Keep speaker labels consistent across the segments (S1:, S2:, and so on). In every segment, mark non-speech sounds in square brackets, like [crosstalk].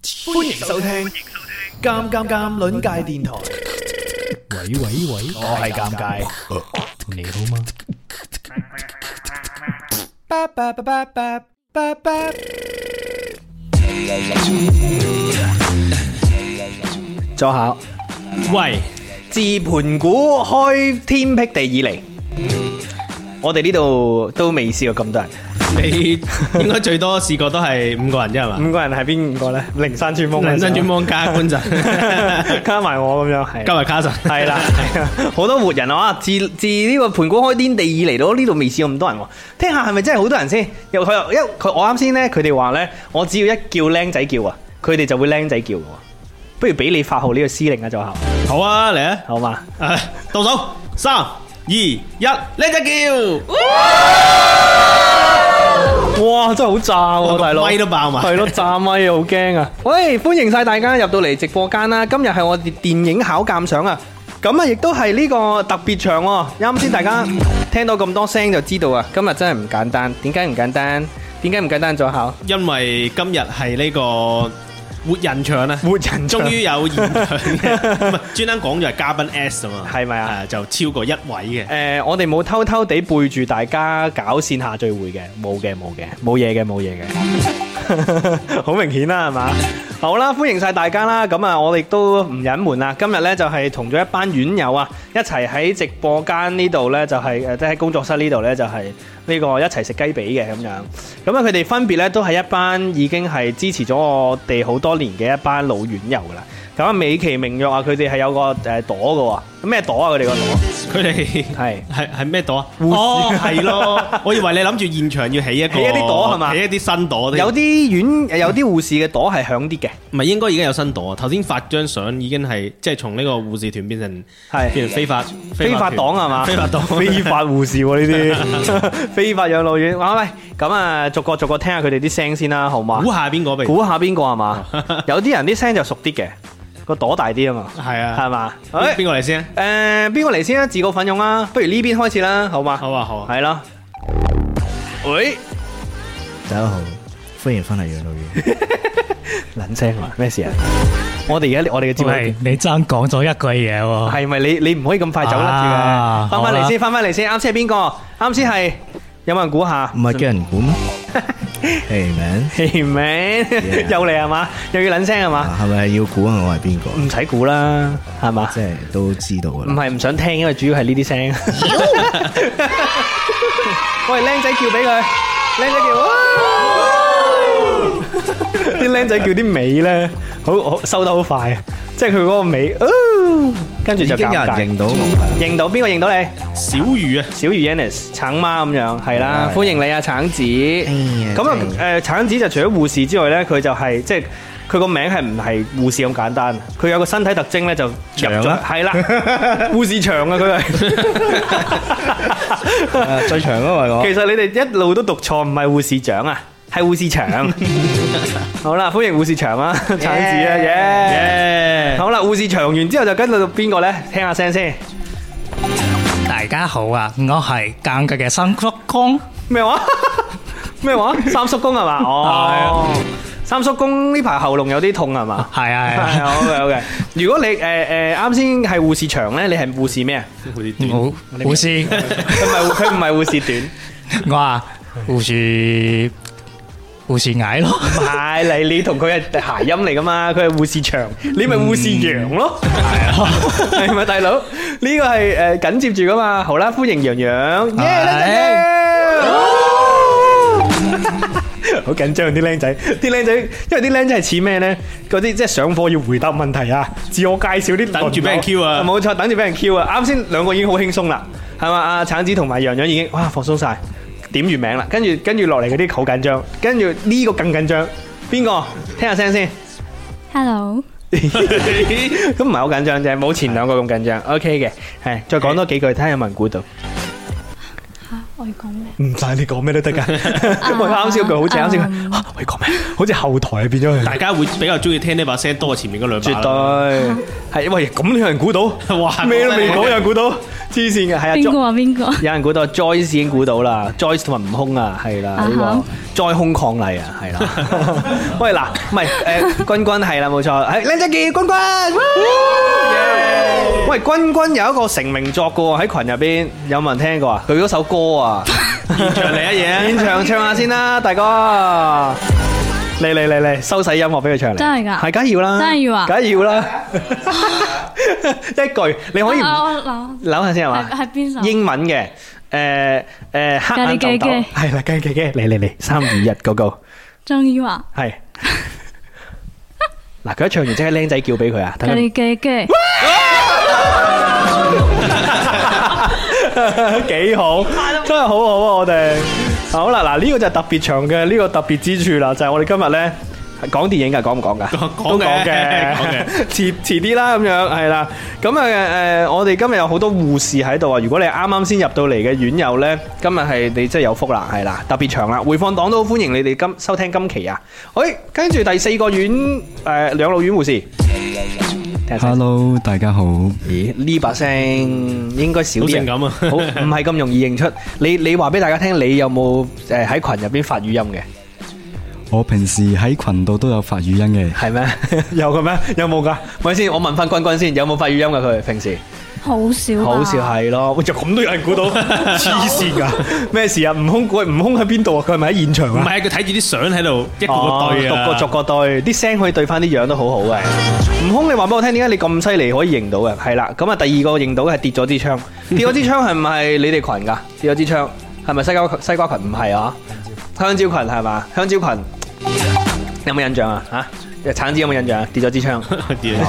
S1: 歡迎收聽《尷尷尷》鄰界電台。
S2: 喂喂喂，
S1: 我係尷尬，
S2: 你好嗎？
S1: 巴巴巴巴巴巴巴。左考
S2: 喂，
S1: 自盤股開天闢地以嚟，我哋呢度都未試過咁多人。
S2: 你應該最多試過都係五個人啫係嘛？
S1: 五個人係邊五個咧？靈山專峰，
S2: 人生專幫加
S1: [laughs]
S2: 官神，
S1: 加埋我咁樣係。
S2: 加埋卡神，
S1: 系啦， [laughs] 好多活人啊！自自呢個盤古開天地以嚟到呢度未試過咁多人喎，聽下係咪真係好多人先？又佢又因為佢我啱先呢，佢哋話呢，我只要一叫僆仔叫啊，佢哋就會僆仔叫嘅喎。不如俾你發號呢個司令啊，左校
S2: 好啊，嚟啊！
S1: 好嘛？
S2: 誒，倒數三二一，靚仔叫，
S1: 哇，真係好炸喎，大佬！
S2: 咪都爆埋，
S1: [laughs] 係咯，炸咪好驚啊！喂，歡迎晒大家入到嚟直播間啦！今日係我哋電影考鑑賞啊，咁啊亦都係呢個特別場喎、啱先大家聽到咁多聲就知道啊，今日真係唔簡單。點解唔簡單？點解唔簡單咗考？
S2: 因為今日係呢個活人場啊。
S1: 活人
S2: 終於有現場
S1: [laughs]
S2: 嘅，唔係專登講就係嘉賓 S 啊嘛，
S1: 係咪啊
S2: 誒？就超過一位嘅
S1: 誒、，呃我哋冇偷偷地背住大家搞線下聚會嘅，冇嘅冇嘅，冇嘢嘅冇嘢嘅， [laughs] 好明顯啦，係嘛？好啦，歡迎晒大家啦！咁啊，我哋都唔隱瞞啦，今日呢，就係同咗一班院友啊，一齊喺直播間呢度呢，就係、呃誒，即係喺工作室呢度呢，就係、呢個一齊食雞髀嘅咁樣。咁啊，佢哋分別呢，都係一班已經係支持咗我哋好多年嘅一班老院友噶啦。咁啊，美其名曰啊，佢哋係有個誒朵嘅喎，咩朵啊？佢哋個朵
S2: 佢哋。
S1: 係。
S2: 係係咩朵啊？
S1: 士
S2: 哦，係咯，我以為你諗住現場要起一個
S1: 起一啲朵係嘛
S2: 起一啲新朵添，
S1: 有啲院有啲護士嘅朵係響啲嘅，
S2: 唔係應該已經有新朵啊？頭先發張相已經係即係從呢個護士團變成
S1: 係
S2: 變成非法
S1: 非法
S2: 團
S1: 黨係嘛？
S2: 非法黨
S1: 非法護士喎呢啲， [laughs] 非法養老院。喂喂，咁啊，逐個逐個聽下佢哋啲聲先啦，好嘛
S2: 估？下邊個被
S1: 估下邊個係
S2: [laughs]
S1: 嘛？有啲人啲聲就熟啲嘅，個朵大啲啊嘛，
S2: 係啊
S1: 係？嘛？
S2: 邊
S1: 誒
S2: 邊個嚟先啊？
S1: 誒，邊個嚟先啊？自告奮勇啦，不如呢邊開始啦，好嘛？
S2: 好啊好啊，
S1: 係啦。喂，
S3: 大家好，歡迎翻嚟養老
S1: [laughs]
S3: 院。
S1: 撚聲啊！咩事啊？我哋而家我哋嘅節目
S4: 喂，你爭講咗一句嘢喎，
S1: 係咪你你唔可以咁快走甩住
S4: 啊
S1: 嘅？翻返
S4: 好
S1: 嚟
S4: 啦
S1: 先，翻返嚟先。啱先係邊個？啱先係有冇人估下
S3: 唔係叫人估咩？Hey
S1: [laughs]
S3: man，
S1: ？Hey man，
S3: Yeah
S1: 又嚟係嘛？又要撚聲係嘛？
S3: 啊係咪要估下我係邊個？
S1: 唔使估啦，係嘛？
S3: 即係都知道噶
S1: 唔
S3: 啦。
S1: 係唔想聽，因為主要係呢啲聲。 [laughs] 喂，僆仔叫俾佢，僆仔叫哇！啲僆仔叫啲尾咧，好好收得好快啊！即係佢嗰個尾，哦跟住
S3: 已
S1: 就
S3: 經有
S1: 尷
S3: 人
S1: 尬。
S3: 認到我，
S1: 認到邊個認到你？
S2: 小魚啊，
S1: 小魚 Yannis 橙媽咁樣，係啦，
S3: 係哎
S1: 歡迎你啊橙子。
S3: 呀
S1: 咁啊
S3: 真係
S1: 誒橙子就除咗護士之外咧，佢就係即係佢個名係唔係護士咁簡單？啊佢有個身體特徵咧就入
S3: 長啊
S1: 咗
S3: 啦
S1: 係
S3: [laughs]
S1: 啦，護士長啊佢係。
S3: 誒最長嗰位我
S1: 其實你哋一路都讀錯，唔係護士長啊，係護
S3: [laughs]
S1: 士長。好啦，歡迎護士長啊，橙子啊，耶！
S2: 耶！
S1: 好啦，護士長完之後就跟到邊個咧？聽下聲先，
S4: 大家好啊，我係尷尬嘅新曲工，
S1: 咩話？咩話？三叔公係
S4: [laughs]
S1: 嘛？哦，三叔公呢排喉嚨有啲痛係嘛？
S4: 係啊係
S1: 係
S4: 啊，
S1: 好嘅好嘅。如果你誒誒啱先係護士長咧，你係護士咩啊？
S2: 好似短
S4: 護護士，
S1: 佢唔係佢唔係護士
S4: 我話護士護士矮 [laughs] 咯，
S1: 短，係你你同佢係諧音嚟噶嘛？佢係護士長，你咪護士羊咯，係咪大佬？呢個係誒緊接住噶嘛？好啦，歡迎洋洋，耶！ [laughs] 好緊張啊啲僆仔，啲僆仔，因為啲僆仔係似咩咧？嗰啲即係上課要回答問題啊，自我介紹啲
S2: 等住俾人 Q 啊
S1: 冇錯，等住俾人 Q 啊！啱先兩個已經好輕鬆啦，係嘛？阿橙子同埋洋洋已經哇放鬆晒，點完名啦，跟住跟住落嚟嗰啲好緊張，跟住呢個更緊張，邊個？聽下聲先， [laughs]
S5: Hello，
S1: 咁唔係好緊張啫，冇前兩個咁緊張，OK 嘅，係再講多幾句，睇下有冇人估到。
S5: 我要講咩？
S1: 唔使你講咩都 [laughs] 得㗎。我啱先嗰句好似啱先嗰句，啊我要講咩？好似後台變咗佢。
S2: 大家會比較中意聽呢把聲多過前面嗰兩把。
S1: 絕對係，喂，咁你有人估到？
S2: 哇
S1: 咩都未講，有人估到，黐線嘅，係啊，
S5: 邊
S1: Jo-
S5: 個啊？邊個？
S1: [laughs] 有人估到，Joyce 已經估到啦，Joyce 同埋悟空啊，係啦，
S5: 啊
S1: 呢個災空抗禮啊，
S5: [laughs]
S1: 係啦。喂嗱，唔係誒，君君係啦，冇錯，係靚仔傑君君。喂，君君有一個成名作嘅喎，喺群入邊有冇人聽過啊？佢嗰首歌 [laughs] 啊，
S2: 現場嚟一嘢，
S1: 現場唱下先啦，大哥。嚟嚟嚟嚟，收細音樂俾佢唱嚟。
S5: 真係㗎
S1: 係梗係要啦。
S5: 真係要啊
S1: 梗係要
S5: [laughs]
S1: 啦。一句你可以唔
S5: 啊我嗱，
S1: 諗下先係嘛
S5: 係？係邊首？
S1: 英文嘅，誒誒黑眼豆豆，
S5: 雞雞
S1: 係啦，雞雞雞，嚟嚟嚟，三二一嗰個，
S5: 終於話
S1: 係。嗱，佢一唱完即刻僆仔叫俾佢啊，等
S5: 佢
S1: 佢
S5: 哋嘅嘅，
S1: [laughs] 幾好，真係好好啊！我哋好啦，嗱呢個就係特別長嘅呢個特別之處啦，就係我哋今日咧講電影㗎，講唔講㗎？
S2: 講
S1: 都
S2: 嘅
S1: 講嘅
S2: 講嘅，
S1: [laughs] 遲遲啲啦咁樣係啦。咁啊誒，我哋今日有好多護士喺度啊！如果你啱啱先入到嚟嘅院友呢，今日係你真係有福啦，係啦，特別長啦。回放黨都好歡迎你哋今收聽今期啊！好，跟住第四個院誒、呃、兩老院護士。聽下先
S6: Hello，大家好，
S1: 咦？呢把聲應該少
S2: 好
S1: 啲人
S2: 性感啊
S1: 好唔係咁容易認出。你你話俾大家聽，你有冇誒喺群入邊發語音嘅？
S6: 我平時喺群度都有發語音嘅，
S1: 係咩？ [laughs] 有嘅咩？有冇㗎？咪先，我問翻君君先，有冇發語音㗎？佢平時
S5: 好少吧，
S1: 好似係咯，喂，就咁都有人估 [laughs] 到，黐線㗎！咩事啊？悟空估，悟空喺邊度啊？佢係咪喺現場
S2: 唔
S1: 啊？
S2: 係佢睇住啲相喺度一個
S1: 哦
S2: 個對啊，
S1: 逐個逐個對，啲聲可以對翻啲樣都好好嘅。悟空，你話俾我聽，點解啊你咁犀利可以認到嘅？係啦，咁啊，第二個認到嘅係跌咗支槍，跌咗支槍係唔係你哋群㗎？跌咗支槍係咪西瓜西瓜群？唔係啊，香蕉群係嘛？香蕉群有冇印象啊？嚇，橙子有冇印象啊？跌咗支 [laughs] 槍，
S2: [laughs]
S1: 有
S3: 有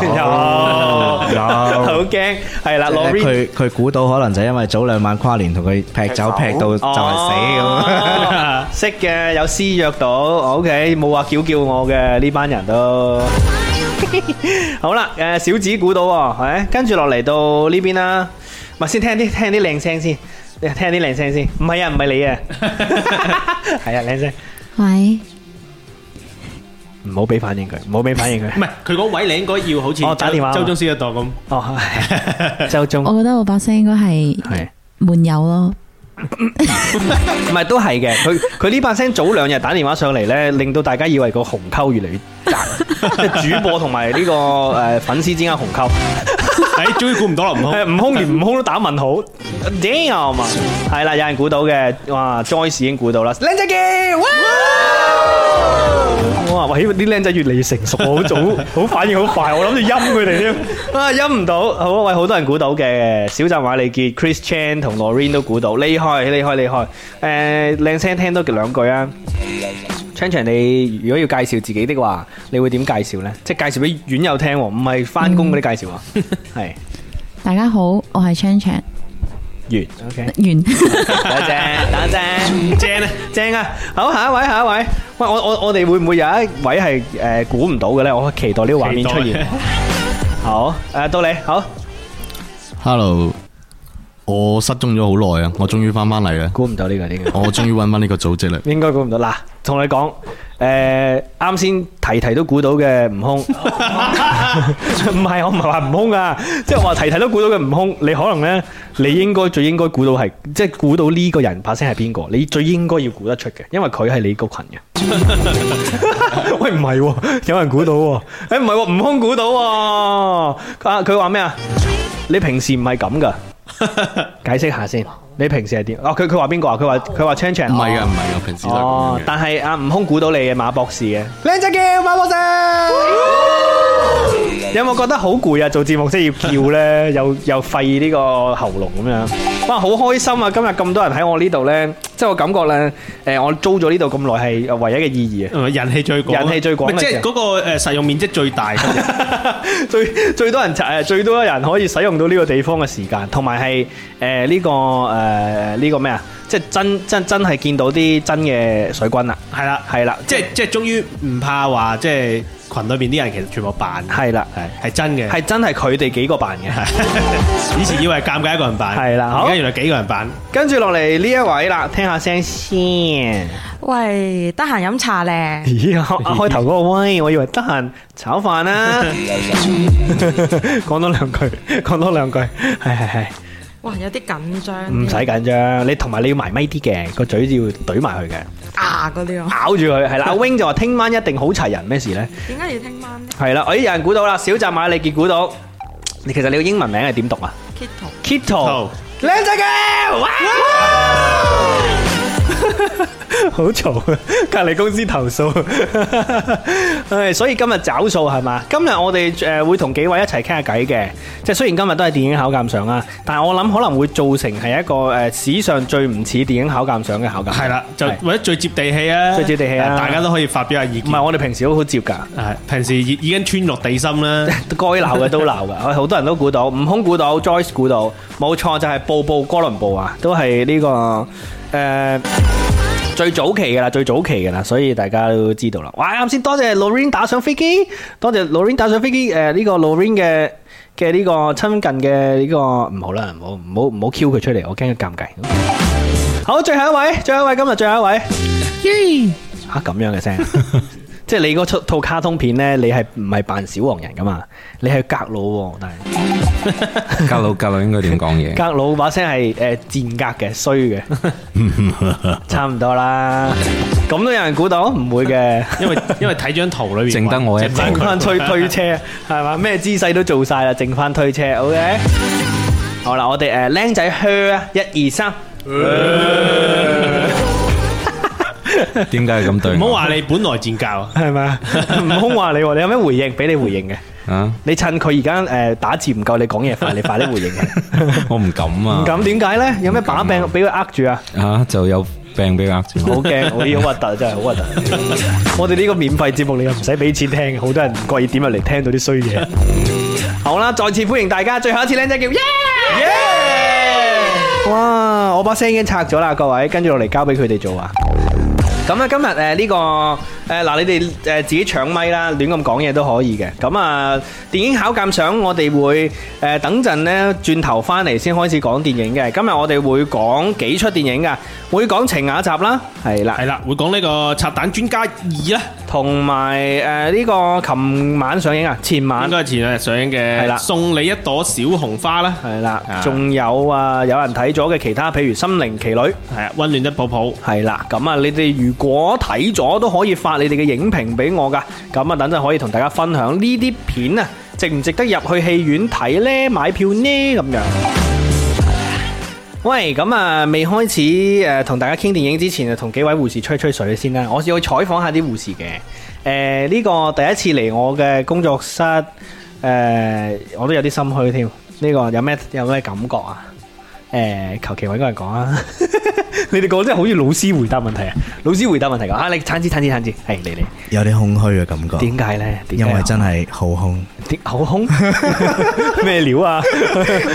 S1: 好驚，係啦，Lori
S3: 佢佢估到可能就因為早兩晚跨年同佢劈酒劈到就係死 [laughs] 咁。
S1: 哦識嘅有私約到，OK，冇話叫叫我嘅呢班人都。好啦，誒小子估到喎，係跟住落嚟到呢邊啦，咪先聽啲聽啲靚聲先，聽啲靚聲先，唔係啊，唔係你啊，係啊，靚聲，
S5: 喂，
S1: 唔好俾反應佢，唔好俾反應
S2: 唔
S1: 佢。
S2: 係佢嗰位你應該要好似
S1: 哦打電話
S2: 周周中先得當咁，
S1: 哦，係周中
S7: 我覺得我把聲應該係
S1: 係。
S7: 滿友咯，
S1: 唔係都係嘅，佢佢呢把聲早兩日打電話上嚟咧，令到大家以為個鴻溝越嚟越窄，即係主播同埋呢個誒粉絲之間鴻溝。
S2: 哎，終於估唔到啦，唔好。
S1: 誒，悟空連悟空都打問號，damn 啊！係啦，有人估到嘅，哇，Joyce 已經估到啦，靚仔嘅，哇！哇，喂，啲靚仔越嚟越成熟，好早，好反應好快，我諗住陰佢哋添，啊，陰唔到，好喂，好多人估到嘅，小鎮話你傑、Chris Chan 同 Lorraine 都估到，厲害，厲害，厲害！誒，靚聲聽多兩句啊！Chan Chan，你如果要介紹自己的話，你會點介紹呢？即係介紹俾院友聽喎，唔係翻工嗰啲介紹啊，係。
S7: 大家好，我係 Chan Chan
S1: 完，OK，
S7: 袁，
S1: 多謝，多謝，正啊，正啊，好，下一位，下一位，喂，我我我哋會唔會有一位係誒估唔到嘅咧？我期待呢個
S2: [laughs]
S1: 畫面出現。好，誒到你，好，
S8: Hello，我失蹤咗好耐啊，我終於翻返嚟啦，
S1: 估唔到呢個呢
S3: [laughs]
S1: 個，
S8: 我終於揾翻呢個組織啦。
S1: 應該估唔到。嗱，同你講，誒啱先提提都估到嘅悟空， [laughs] 唔係我唔係話悟空啊，即係我話提提都估到嘅悟空，你可能咧，你應該最應該估到係，即係估到呢個人把聲係邊個，你最應該要估得出嘅，因為佢係你個群嘅。 [laughs] 喂，唔係喎，有人估到喎。誒，唔係喎，悟空估到喎。啊，佢話咩啊？你平時唔係
S8: [laughs]
S1: 咁噶，解釋下先。你平時係點？哦，佢佢話邊個啊？佢話佢話 Chan Chan。
S8: 唔係噶，唔係噶，平時都係
S1: 哦
S8: 咁，樣嘅。
S1: 但係阿悟空估到你嘅馬博士嘅，靚仔叫馬博士。 [laughs] 有冇覺得好攰啊？做節目即係要叫咧，又又費呢個喉嚨咁樣。哇，好開心啊！今日咁多人喺我呢度咧，即係我感覺咧，誒，我租咗呢度咁耐係唯一嘅意義啊！
S2: 人氣最廣，
S1: 人氣最廣
S2: 唔係即係
S1: 嘅
S2: 嗰個誒實用面積最大。
S1: [laughs] 最最多人誒最多人可以使用到呢個地方嘅時間，同埋係誒呢個誒呢、個咩啊？即係真真真係見到啲真嘅水軍啦，
S2: 係啦，
S1: 係啦，
S2: 即係即係終於唔怕話即係群裏边啲人其實全部扮，
S1: 係啦
S2: 係係真嘅，
S1: 係真係佢哋幾個扮嘅。 [laughs]
S2: 以前以為尷尬一個人扮，
S1: 係啦好
S2: 而家原來幾個人扮，
S1: 跟住落嚟呢一位啦，聽下聲先。
S9: 喂，得閒飲茶咧，
S1: 咦， [laughs] 開開頭嗰個威，我以為得閒炒飯 [laughs] 啦、講多兩句，講多兩句，係係係，
S9: 哇，有啲緊張，
S1: 唔使緊張。你同埋你要埋咪啲嘅，個嘴要懟埋佢嘅，
S9: 牙嗰啲啊，
S1: 咬住佢。係
S2: [laughs]
S1: 啦，阿 wing 就話聽晚一定好齊人，咩事呢？
S9: 點解要聽晚呢
S1: 係啦，哎，有人估到啦，小澤馬利傑估到。你其實你個英文名係點讀啊
S9: k i t o
S1: ？Kitto，
S2: 好
S1: 靚仔
S2: [laughs]
S1: 嘅，哇！好嘈啊！隔離公司投訴，唉，所以今日找數係嘛？今日我哋誒會同幾位一齊傾下偈嘅，即係雖然今日都係電影考鑑賞啊，但係我諗可能會造成係一個誒史上最唔似電影考鑑賞嘅考鑑。
S2: 係啦，就
S1: 係
S2: 或者最接地氣啊，
S1: 最接地氣啊
S2: 大家都可以發表下意
S1: 唔
S2: 見。
S1: 係我哋平時都好接㗎，
S2: 係平時已已經穿落地
S1: [laughs]
S2: 心啦，
S1: 該鬧嘅都 [laughs] 鬧㗎，好多人都估到，悟空估到，Joyce 估到，冇錯就係步步哥倫布啊，都係呢、個呃最早期嘅啦，最早期嘅啦，所以大家都知道啦。哇！啱先多謝 Lorraine 打上飛機，多謝 Lorraine 打上飛機。誒、呢、個 Lorraine 嘅嘅呢個親近嘅呢、個唔好啦，唔好唔好唔好 Q 佢出嚟，我驚佢尷尬。好，最後一位，最後一位，今日最後一位。嚇咁樣嘅聲，即係你嗰出套卡通片咧，你係唔係扮小黃人噶嘛？你係格佬喎，但係。
S10: 格佬格佬應該點講嘢？
S1: 格佬把聲係誒賤格嘅，衰嘅， [laughs] 差唔多啦。咁都有人估到，唔會嘅。
S2: 因為因為睇張圖裏邊，
S10: 剩得我一
S2: 剩返
S1: 整
S2: 佢
S1: 翻推推車係嘛？咩姿勢都做晒啦，剩翻推車。OK，好啦，我哋誒僆仔靴啊，一二三，
S10: 點解咁對
S2: 唔
S10: 我？
S2: 好話你本來戰教，
S1: 係咪啊？
S10: [laughs]
S1: 悟空話你喎，你有咩回應？俾你回應嘅。
S10: 啊！
S1: 你趁佢而家誒打字唔夠，你講嘢
S10: [laughs]
S1: 快，你快啲回應佢。
S10: 我唔敢
S1: 唔
S10: 啊！
S1: 敢點解咧？有咩把柄俾佢呃住啊？
S10: 啊，就有病俾佢呃住。
S1: 好
S10: [laughs]
S1: 驚，我好核突，啊真係好核突。我哋呢個免費節目，你又唔使俾錢聽嘅，好多人唔覺意點入嚟聽到啲衰嘢。好啦，再次歡迎大家，最後一次靚仔叫耶耶！哇，我把聲已經拆咗啦，各位，跟住落嚟交俾佢哋做啊。咁啊，今日誒呢個誒嗱，你哋誒自己搶咪啦，亂咁講嘢都可以嘅。咁啊，電影考鑑賞我哋會誒等陣呢轉頭翻嚟先開始講電影嘅。今日我哋會講幾出電影噶，會講情雅集啦，係啦
S2: 係，啦，會講呢個拆彈專家二啦。
S1: 同埋誒呢個琴晚上映啊，前晚
S2: 應該係前兩日上映嘅，
S1: 係啦
S2: 送你一朵小紅花啦，
S1: 係啦
S2: 啊，
S1: 仲有啊，有人睇咗嘅其他，譬如《心靈奇旅》。
S2: 係啊，温暖得抱抱，
S1: 係啦，咁啊，你哋如果睇咗都可以發你哋嘅影評俾我噶，咁啊，等陣可以同大家分享呢啲片啊，值唔值得入去戲院睇呢？買票呢？咁樣。喂，咁啊，未開始誒同、大家傾電影之前，就同幾位護士吹吹水先啦。我要去採訪下啲護士嘅。誒、呃呢、個第一次嚟我嘅工作室，誒、我都有啲心虛添。呢、個有咩有咩感覺啊？誒、求其揾個人講啊！ [laughs] 你哋講真係好似老師回答問題啊！老師回答問題咁啊！你產子產子產子，係你你
S3: [laughs] 有啲空虛嘅感覺，
S1: 點解咧？點解
S3: 哦因為真係好
S1: [laughs]
S3: 空。
S1: 點好
S3: [laughs]
S1: 空咩料啊？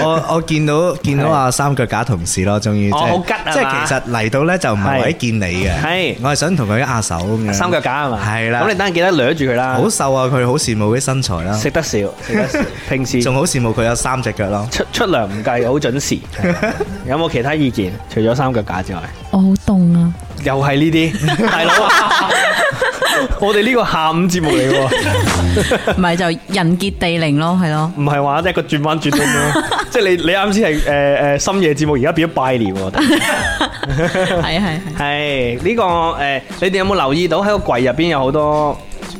S3: 我我見到見到阿三腳架同事咯，終於即
S1: 哦
S3: 係
S1: 好吉啊
S3: 即
S1: 嘛
S3: 係其實嚟到咧就唔係為咗見你嘅，
S1: 係
S3: 我係想同佢握手咁樣。
S1: 三腳架係啊嘛？
S3: 嗯係啦
S1: 咁你等陣記得掠住佢啦。
S3: 好瘦啊，佢好羨慕啲身材啦，
S1: 食得少，食
S3: [laughs]
S1: 得少。平時
S3: 仲好羨慕佢有三隻腳咯。
S1: 出出糧唔計，好準時。有冇其他意見？除咗三腳架之外，
S7: [laughs] 我好凍啊！
S1: 又係呢
S3: [laughs]
S1: 啲大佬啊！我哋呢個下午節目嚟嘅喎，
S7: 唔係就人傑地靈
S1: [laughs]
S7: 咯，係咯。
S1: 唔係話一個轉彎轉到
S7: [laughs]
S1: 咁樣，即係你你啱先係誒誒深夜節目，而家變咗拜年
S7: [laughs]
S1: 喎。
S7: 係係係。
S1: 係呢、個誒、呃你哋有冇留意到喺個櫃入邊有好多誒、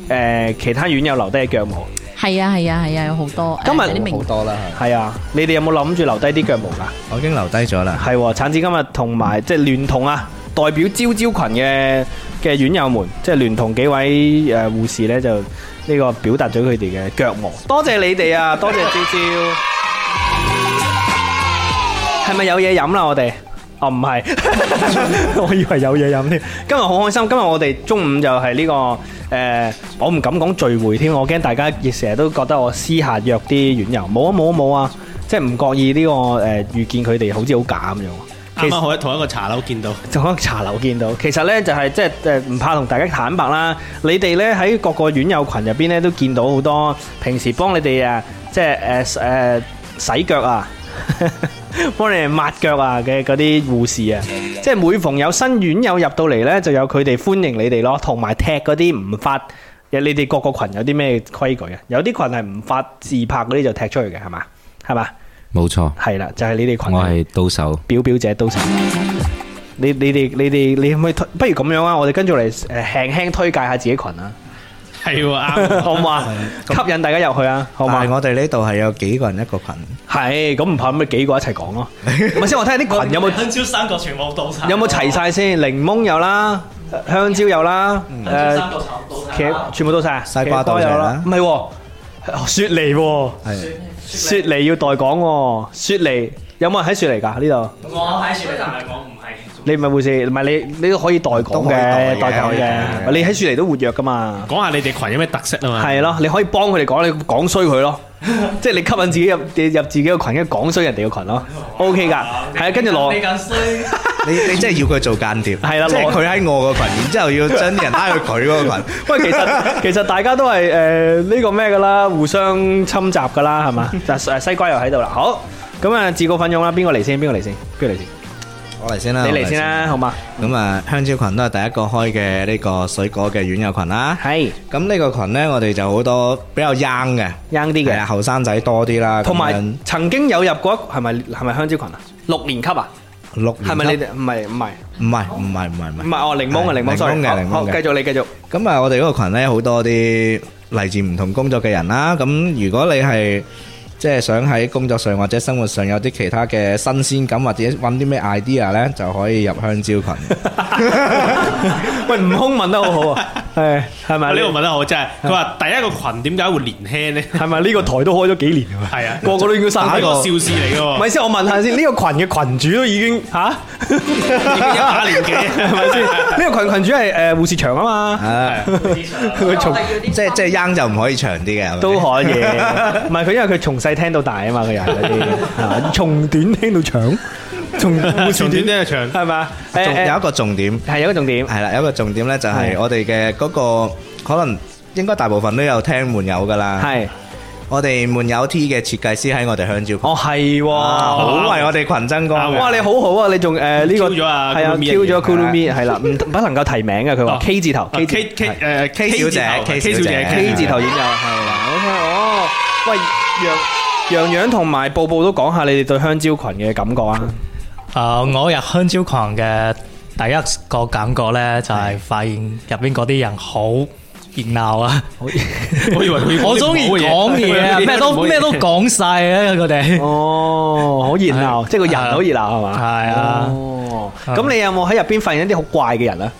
S1: 呃其他院友留低嘅腳毛？
S7: 係啊係啊係啊，有好多。
S1: 今日
S7: 誒有啲名
S3: 多啦，
S1: 係啊，你哋有冇諗住留低啲腳毛㗎？
S3: 我已經留低咗啦。
S1: 係喎、橙子今日同埋即係聯同啊，代表招招群嘅嘅院友們，即係聯同幾位誒、呃、護士咧，就呢個表達咗佢哋嘅腳毛。多謝你哋啊，多謝招招。係咪有嘢飲啦？我哋？哦，唔係， [laughs] 我以為有嘢飲添。今日好開心，今日我哋中午就係呢、個誒、我唔敢講聚會添，我驚大家亦成日都覺得我私下約呃啲院友，冇啊冇啊冇啊，即係唔覺意呢、個誒、遇見佢哋好似好假咁樣。
S2: 啱啱喺同一個茶樓見到，
S1: 就可能茶樓見到，其實呢，就係即係誒唔怕同大家坦白啦。你哋呢，喺各個院友群入邊呢，都見到好多平時幫你哋啊，即係誒誒洗腳啊， [laughs] 幫你哋抹腳啊嘅嗰啲護士啊，即係每逢有新院友入到嚟呢，就有佢哋歡迎你哋咯，同埋踢嗰啲唔發。你哋各個群有啲咩規矩啊？有啲群係唔發自拍嗰啲就踢出去嘅，係嘛？係嘛？
S10: 冇錯，
S1: 係啦，就係、你哋群。
S10: 我係刀手。
S1: 表表姐都神。你你哋你哋你可唔可以推？不如咁樣啊，我哋跟住嚟誒輕輕推介下自己群啊，
S2: 係喎啱喎。
S1: 好唔好啊？吸引大家入去啊，好
S3: 同
S1: 嘛
S3: 埋？我哋呢度系有幾個人一個群，
S1: 係咁唔怕，咪幾個一齊講
S3: [laughs]
S1: 咯。咪先，我睇下啲群有冇
S2: 香蕉三個全部倒晒
S1: 有冇齊晒先？檸檬有啦，香蕉有啦，誒
S2: 嗯個炒倒晒
S1: 茄全部到晒，
S3: 西瓜
S1: 茄多
S3: 到齊
S1: 有
S3: 啦
S1: 唔係喎，雪梨喎，
S3: 係
S1: 雪梨要代講喎，雪梨有冇人喺雪梨㗎？呢度？
S2: 我喺雪梨，但係我唔係。
S1: 你唔係護士，唔係你你都可以代
S3: 都
S1: 講
S3: 可以
S1: 嘅，
S3: 代嘅
S1: 代講
S3: 可以代
S1: 嘅。
S3: 嘅
S1: 你喺雪梨都活躍噶嘛？
S2: 講下你哋群有咩特色啊嘛？
S1: 係咯，你可以幫佢哋講，你講衰佢 [laughs] 咯，即係你吸引自己入你入自己個群，跟住講衰人哋個群咯。OK 㗎，係啊，跟住攞
S2: 咁衰，
S3: 你你真係要佢做間諜，
S1: 係啦
S3: 即係
S1: 攞
S3: 佢喺我個群，然之後要將啲人拉去
S1: [laughs]
S3: 佢嗰個群。
S1: 喂，其 [laughs] 實其實大家都係誒呢個咩㗎啦，互相侵襲㗎啦，係 [laughs] 嘛？就誒西瓜又喺度啦，好。咁啊，自告奮勇啦，邊個嚟先？邊個嚟先？邊個嚟先？
S3: 我嚟先啦，
S1: 你嚟
S3: 我
S1: 先啦，好嘛？
S3: 咁啊，香蕉群都係第一個開嘅呢個水果嘅院友群啦。
S1: 係
S3: 咁呢個群呢，我哋就好多比較 young 嘅，
S1: ，young 啲
S3: 係啊，
S1: 嘅，
S3: 後生仔多啲啦。
S1: 同
S3: 咁
S1: 埋
S3: 樣
S1: 曾經有入過一係咪係咪香蕉群啊？六年級啊？
S3: 六年級
S1: 係咪你哋？唔係唔係。
S3: 唔係唔係唔係唔
S1: 唔
S3: 係
S1: 係哦，檸檬啊，
S3: 係
S1: 檸檬，sorry，
S3: 檸檬嘅
S1: 好
S3: 檸檬
S1: 好
S3: 嘅
S1: 繼續你繼續， [laughs]
S3: 咁啊，我哋嗰個群咧好多啲嚟自唔同工作嘅人啦。咁如果你係即係想喺工作上或者生活上有啲其他嘅新鮮感，或者揾啲咩 idea 咧，就可以入香蕉群。
S1: [laughs] 喂，悟空問得好好啊，係係咪
S2: 呢
S1: 呢
S2: 個
S1: 個
S2: 問得好真係。佢話第一個群點解會年輕咧？
S1: 係咪呢個台都開咗幾年啊？
S2: 係啊，
S1: 個個都已經生
S2: 打
S1: 咗
S2: 一個
S1: 個
S2: 笑事嚟嘅喎。
S1: 咪先，我問下先，呢個群嘅群主都已經吓，
S2: 一把年紀
S1: 係咪先？ [laughs] 呢個群群主係誒護士長啊嘛，
S3: 啊，
S1: 佢從
S3: 即係即係 young 就唔可以長啲嘅，係咪
S1: 都可以，唔係佢因為佢從細聽到大啊嘛，佢又係嗰啲係嘛，從短聽到長，從護
S2: 長
S1: 士
S2: 短
S1: 短
S2: 呢長，
S1: 係嘛？
S3: 仲有
S1: 誒
S3: 一啊個重點。
S1: 係有一個重點，
S3: 係啦，有一個重點咧，就係
S1: 係
S3: 我哋嘅嗰個可能應該大部分都有聽門友噶啦。
S1: 係
S3: 我哋門友 T 嘅設計師喺我哋香蕉群，
S1: 哦係喎。啊
S3: 好啊為我哋群爭光。
S1: 哇，你好好啊！你仲誒呢個
S2: Q 咗啊
S1: 係啊
S2: Kurumi 啊
S1: Q 咗 Kurumi 係啦，唔不能夠提名嘅，佢話
S2: 哦
S1: K 字頭
S2: 啊 K
S1: 係
S2: K 誒
S3: K 小姐
S2: K
S3: 小
S2: 小姐
S1: K 字頭演有係啦，OK 哦，喂楊楊洋同埋布布都講下你哋對香蕉群嘅感覺啊，
S4: 誒，我入香蕉群嘅第一個感覺咧，就係發現入邊嗰啲人好熱鬧啊！
S2: 我以為佢
S4: 我中意講嘢啊，咩都咩都講晒啊！佢哋
S1: 哦，好熱鬧，
S4: 係
S1: 即係個人好熱鬧係嘛？
S4: 係啊
S1: 哦，咁你有冇喺入邊發現一啲好怪嘅人啊？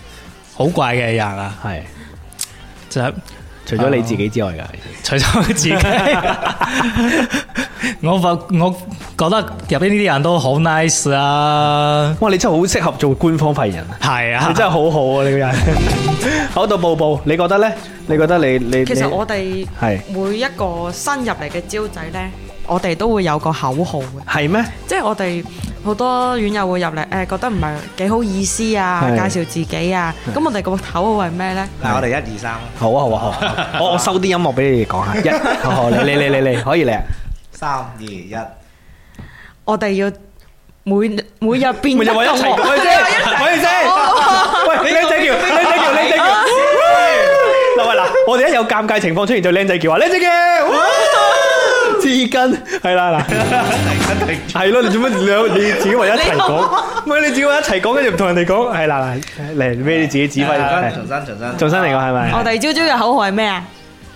S4: 好怪嘅人啊，
S1: 係，
S4: 就係
S1: 除咗你自己之外㗎，
S4: 除咗自 [laughs] 己，我發我覺得入邊呢啲人都好 nice 啊，
S1: 哇！你真係好適合做官方發言人啊！
S4: 係啊
S1: 你，真係好好啊！你個人好到步步，你覺得咧？你覺得你你
S9: 其實
S1: 你
S9: 我哋
S1: 係
S9: 每一個新入嚟嘅招仔呢，我哋都會有個口號嘅，
S1: 係咩？
S9: 即係我哋好多院友會入嚟，誒、覺得唔係幾好意思啊，介
S1: 係
S9: 紹自己啊，咁我哋個口號係咩呢？
S3: 嗱，我哋一二三，
S1: 好啊好啊好啊！ [laughs] 我我收啲音樂俾你哋講下，一好好你你你你你可以嚟啊！
S3: 三二一，
S9: 我哋要每每日變
S1: 咪就
S9: 得更
S1: 話一齊
S9: 好
S1: 講先，可以先。喂，靚仔叫，靚仔叫，靚仔叫。嗱喂嗱，我哋一有尷尬情況出現就靚仔叫啊，靚仔叫。紙巾係啦嗱，係咯，你做乜兩你自己為一齊講？唔係你自己為一齊講，跟住唔同人哋講，係啦嗱，嚟俾你自己指揮。係
S3: 重新重新重新
S1: 重新嚟過係咪？
S9: [laughs] 我哋朝朝嘅口號係咩啊？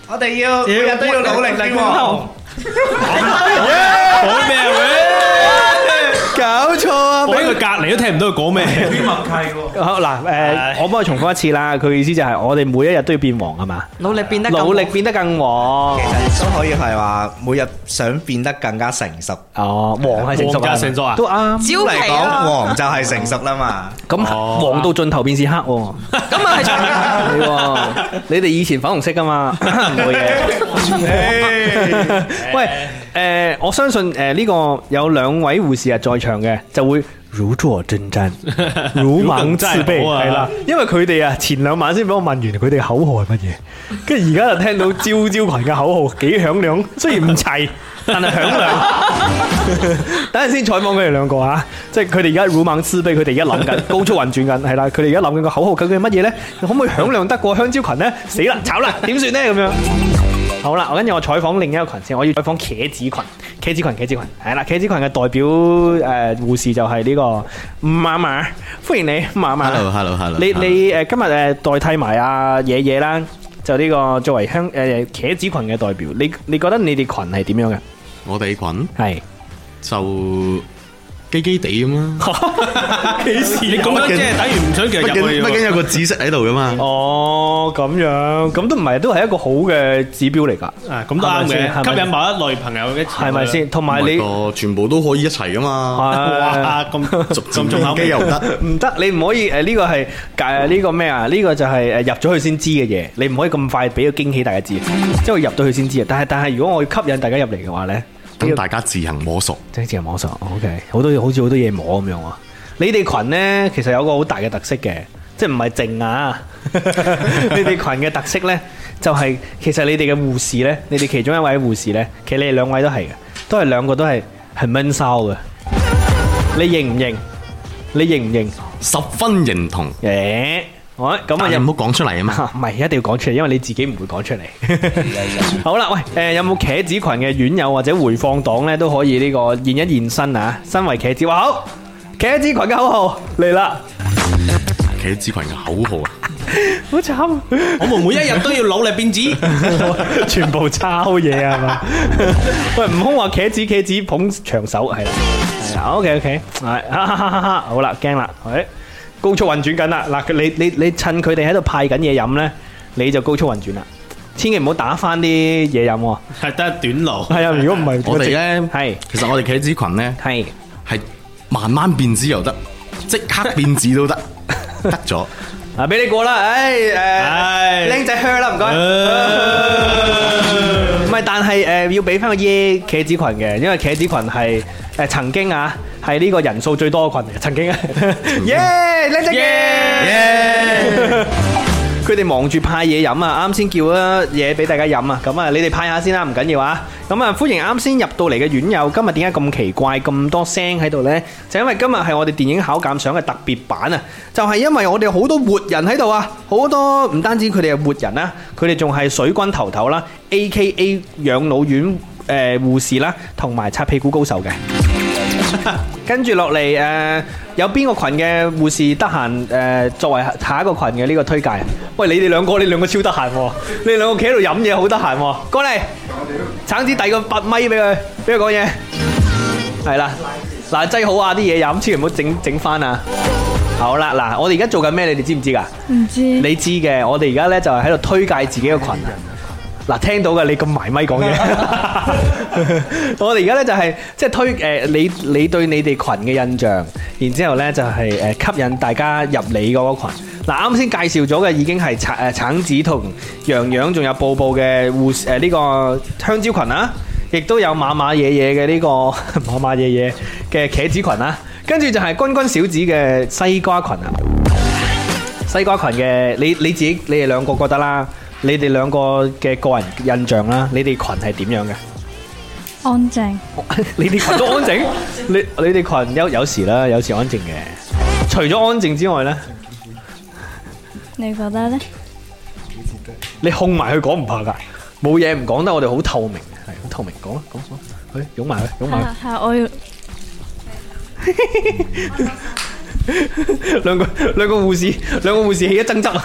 S3: 我哋要每日都要努力啲喎。
S2: 講咩
S1: 搞錯啊！
S2: 我喺佢隔離都聽唔到佢講咩。
S1: 好嗱，
S2: 唉
S1: 誒，我幫佢重複一次啦。佢意思就係我哋每一日都要變黃啊嘛，
S9: 努力變得更好
S1: 努力變得更黃。
S3: 都可以係話每日想變得更加成熟。
S1: 哦，黃係成熟啊，
S2: 黃加成熟啊
S1: 都啱。
S9: 招
S1: [laughs]
S3: 嚟
S9: 皮
S3: 講，
S9: 啊！
S3: 黃就係成熟啦嘛。
S1: 咁
S2: 哦
S1: 黃到盡頭變是黑喎。[laughs]
S9: 咁啊係長嘅。
S1: 係喎你哋以前粉紅色噶
S2: [laughs]
S1: 嘛？唔會嘅。喂，誒，我相信誒呢個有兩位護士啊在場嘅，就會如坐針毡，如芒刺背，
S2: 如鲠在喉啊
S1: 係啦。因為佢哋啊，前兩晚先俾我問完佢哋口號係乜嘢，跟住而家就聽到招招群嘅口號幾響亮，雖然唔齊，但係響亮。 [laughs] 等陣先採訪佢哋兩個啊，即係佢哋而家如猛撕逼，佢哋而家諗緊高速運轉緊，係啦，佢哋而家諗緊個口號究竟係乜嘢咧？可唔可以響亮得過香蕉群咧？死啦，炒啦，點算咧？咁樣。好啦，我跟住我採訪另一個群先，我要採訪茄子群，茄子群，茄子群，係啦，茄子群嘅代表誒、呃、護士就係呢、個馬馬，歡迎你馬馬。
S8: Hello，hello，hello，
S1: 你
S8: hello
S1: 你呃誒今日誒代替埋阿野野啦，就呢、個作為香誒、呃茄子群嘅代表，你你覺得你哋群係點樣嘅？
S8: 我哋群
S1: 係。
S8: 就基基地咁啦。
S1: 幾時
S2: 你咁樣即係等於唔想
S8: 畢
S2: 其
S8: 竟
S2: 入去
S8: 畢竟
S2: 喎。
S8: 有個紫色喺度噶嘛。
S1: 哦，咁樣，咁都唔係，都係一個好嘅指標嚟㗎，
S2: 啊，咁都啱
S1: 係咪先
S2: 嘅，吸引某一類朋友一齊。
S1: 係咪？先？同埋你係
S8: 個全部都可以一齊噶嘛。
S2: 哇，
S1: [laughs]
S2: 咁咁重口
S8: 機
S2: 味
S8: 又唔得，
S1: 唔得，你唔可以呃誒呢個係誒呢個咩啊？呢個就係誒入咗去先知嘅嘢，你唔可以咁快俾個驚喜大家知，即係入到去先知啊！但係但係如果我要吸引大家入嚟嘅話咧，
S8: 等大家自行摸索。
S1: 即係自由摸索，OK，好多好似好多嘢摸咁樣喎。你哋群呢，其實有個好大嘅特色嘅，即係唔係
S8: [laughs]
S1: 靜啊？你哋群嘅特色呢，就係、其實你哋嘅護士呢，你哋其中一位護士呢，其實你哋兩位都係嘅，都係兩個都係係悶騷嘅。你認唔認？你認唔認？
S8: 十分認同，
S1: 誒、好咁啊
S8: 但係
S1: 入
S8: 唔。好講出嚟啊嘛。
S1: [laughs] 唔係一定要講出嚟，因為你自己唔會
S8: [laughs]
S1: 講出嚟。好啦，喂，誒、有冇茄子群嘅院友或者回放黨呢？都可以呢個現一現身啊！身為茄子，哇好，茄子群嘅口號嚟啦，
S8: 茄子群嘅口號啊，
S1: 好慘，
S2: 我們每一日都要努力變
S1: [laughs]
S2: 紙。
S1: 全部抄嘢啊係嘛？喂，唔好話茄子茄子捧長手係啦，係啊，OK OK，係哈哈哈哈，好啦，驚啦，喂，高速運轉緊啦，嗱，你你你趁佢哋喺度派緊嘢飲呢，你就高速運轉啦，千祈唔好打翻啲嘢飲喎。
S2: 係得短路。
S1: 係啊，如果唔係
S8: 我哋咧
S1: 係
S8: 其實我哋茄子群咧
S1: 係
S8: 係慢慢變紙又得，即刻變紙
S1: [laughs]
S8: 都得，得咗。
S1: 啊，俾你過啦，唉
S2: 唉
S1: 誒，靚仔靴啦，唔該。唔係，但係誒要俾翻個耶茄子群嘅，因為茄子群係誒曾經啊係呢個人數最多嘅群嚟嘅， [laughs] 曾經啊耶靚仔耶。佢哋忙住派嘢飲啊，啱先叫咗嘢俾大家飲啊，咁啊，你哋派下先啦，唔緊要啊。咁啊，歡迎啱先入到嚟嘅院友，今日點解咁奇怪咁多聲喺度呢？就因為今日係我哋電影考鑑賞嘅特別版啊，就係因為我哋好多活人喺度啊，好多唔單止佢哋係活人啦，佢哋仲係水軍頭頭啦，A.K.A 養老院誒護士啦，同埋擦屁股高手嘅。跟住落嚟誒，有邊個群嘅護士得閒誒，作為下一個群嘅呢個推介？喂，你哋兩個，你兩個超得閒喎，你兩個企喺度飲嘢好得閒喎，過嚟，橙子遞個八咪俾佢，俾佢講嘢。係啦，嗱，擠好啊啲嘢飲，千祈唔好整整翻啊！好啦，嗱，我哋而家做緊咩？你哋知唔知㗎？
S5: 唔知
S1: 你知嘅，我哋而家咧就係喺度推介自己嘅群啊。嗱，聽到嘅你咁埋咪講嘢，我哋而家咧就係即係推誒、呃你你對你哋群嘅印象，然之後咧就係、誒、吸引大家入你嗰個群。嗱，啱先介紹咗嘅已經係橙誒橙子同洋洋，仲有布布嘅護誒呢個香蕉群啦。亦都有馬馬野野嘅呢、個 [laughs] 馬馬野野嘅茄子群啦，跟住就係君君小子嘅西瓜群啊。西瓜群嘅，你你自己你哋兩個覺得啦，你哋兩個嘅個人印象啦，你哋群係點樣嘅？
S5: 安靜，
S1: [laughs] 你哋群都安靜，你你哋群有有時啦，有時安靜嘅。除咗安靜之外呢，
S5: 你覺得呢？
S1: 你控埋佢講唔怕㗎，冇嘢唔講得，我哋好透明，係好透明講啦，講講，去擁埋佢，擁埋
S5: 係係我要
S1: 佢，兩個兩個護士，兩個護士起一爭執啊！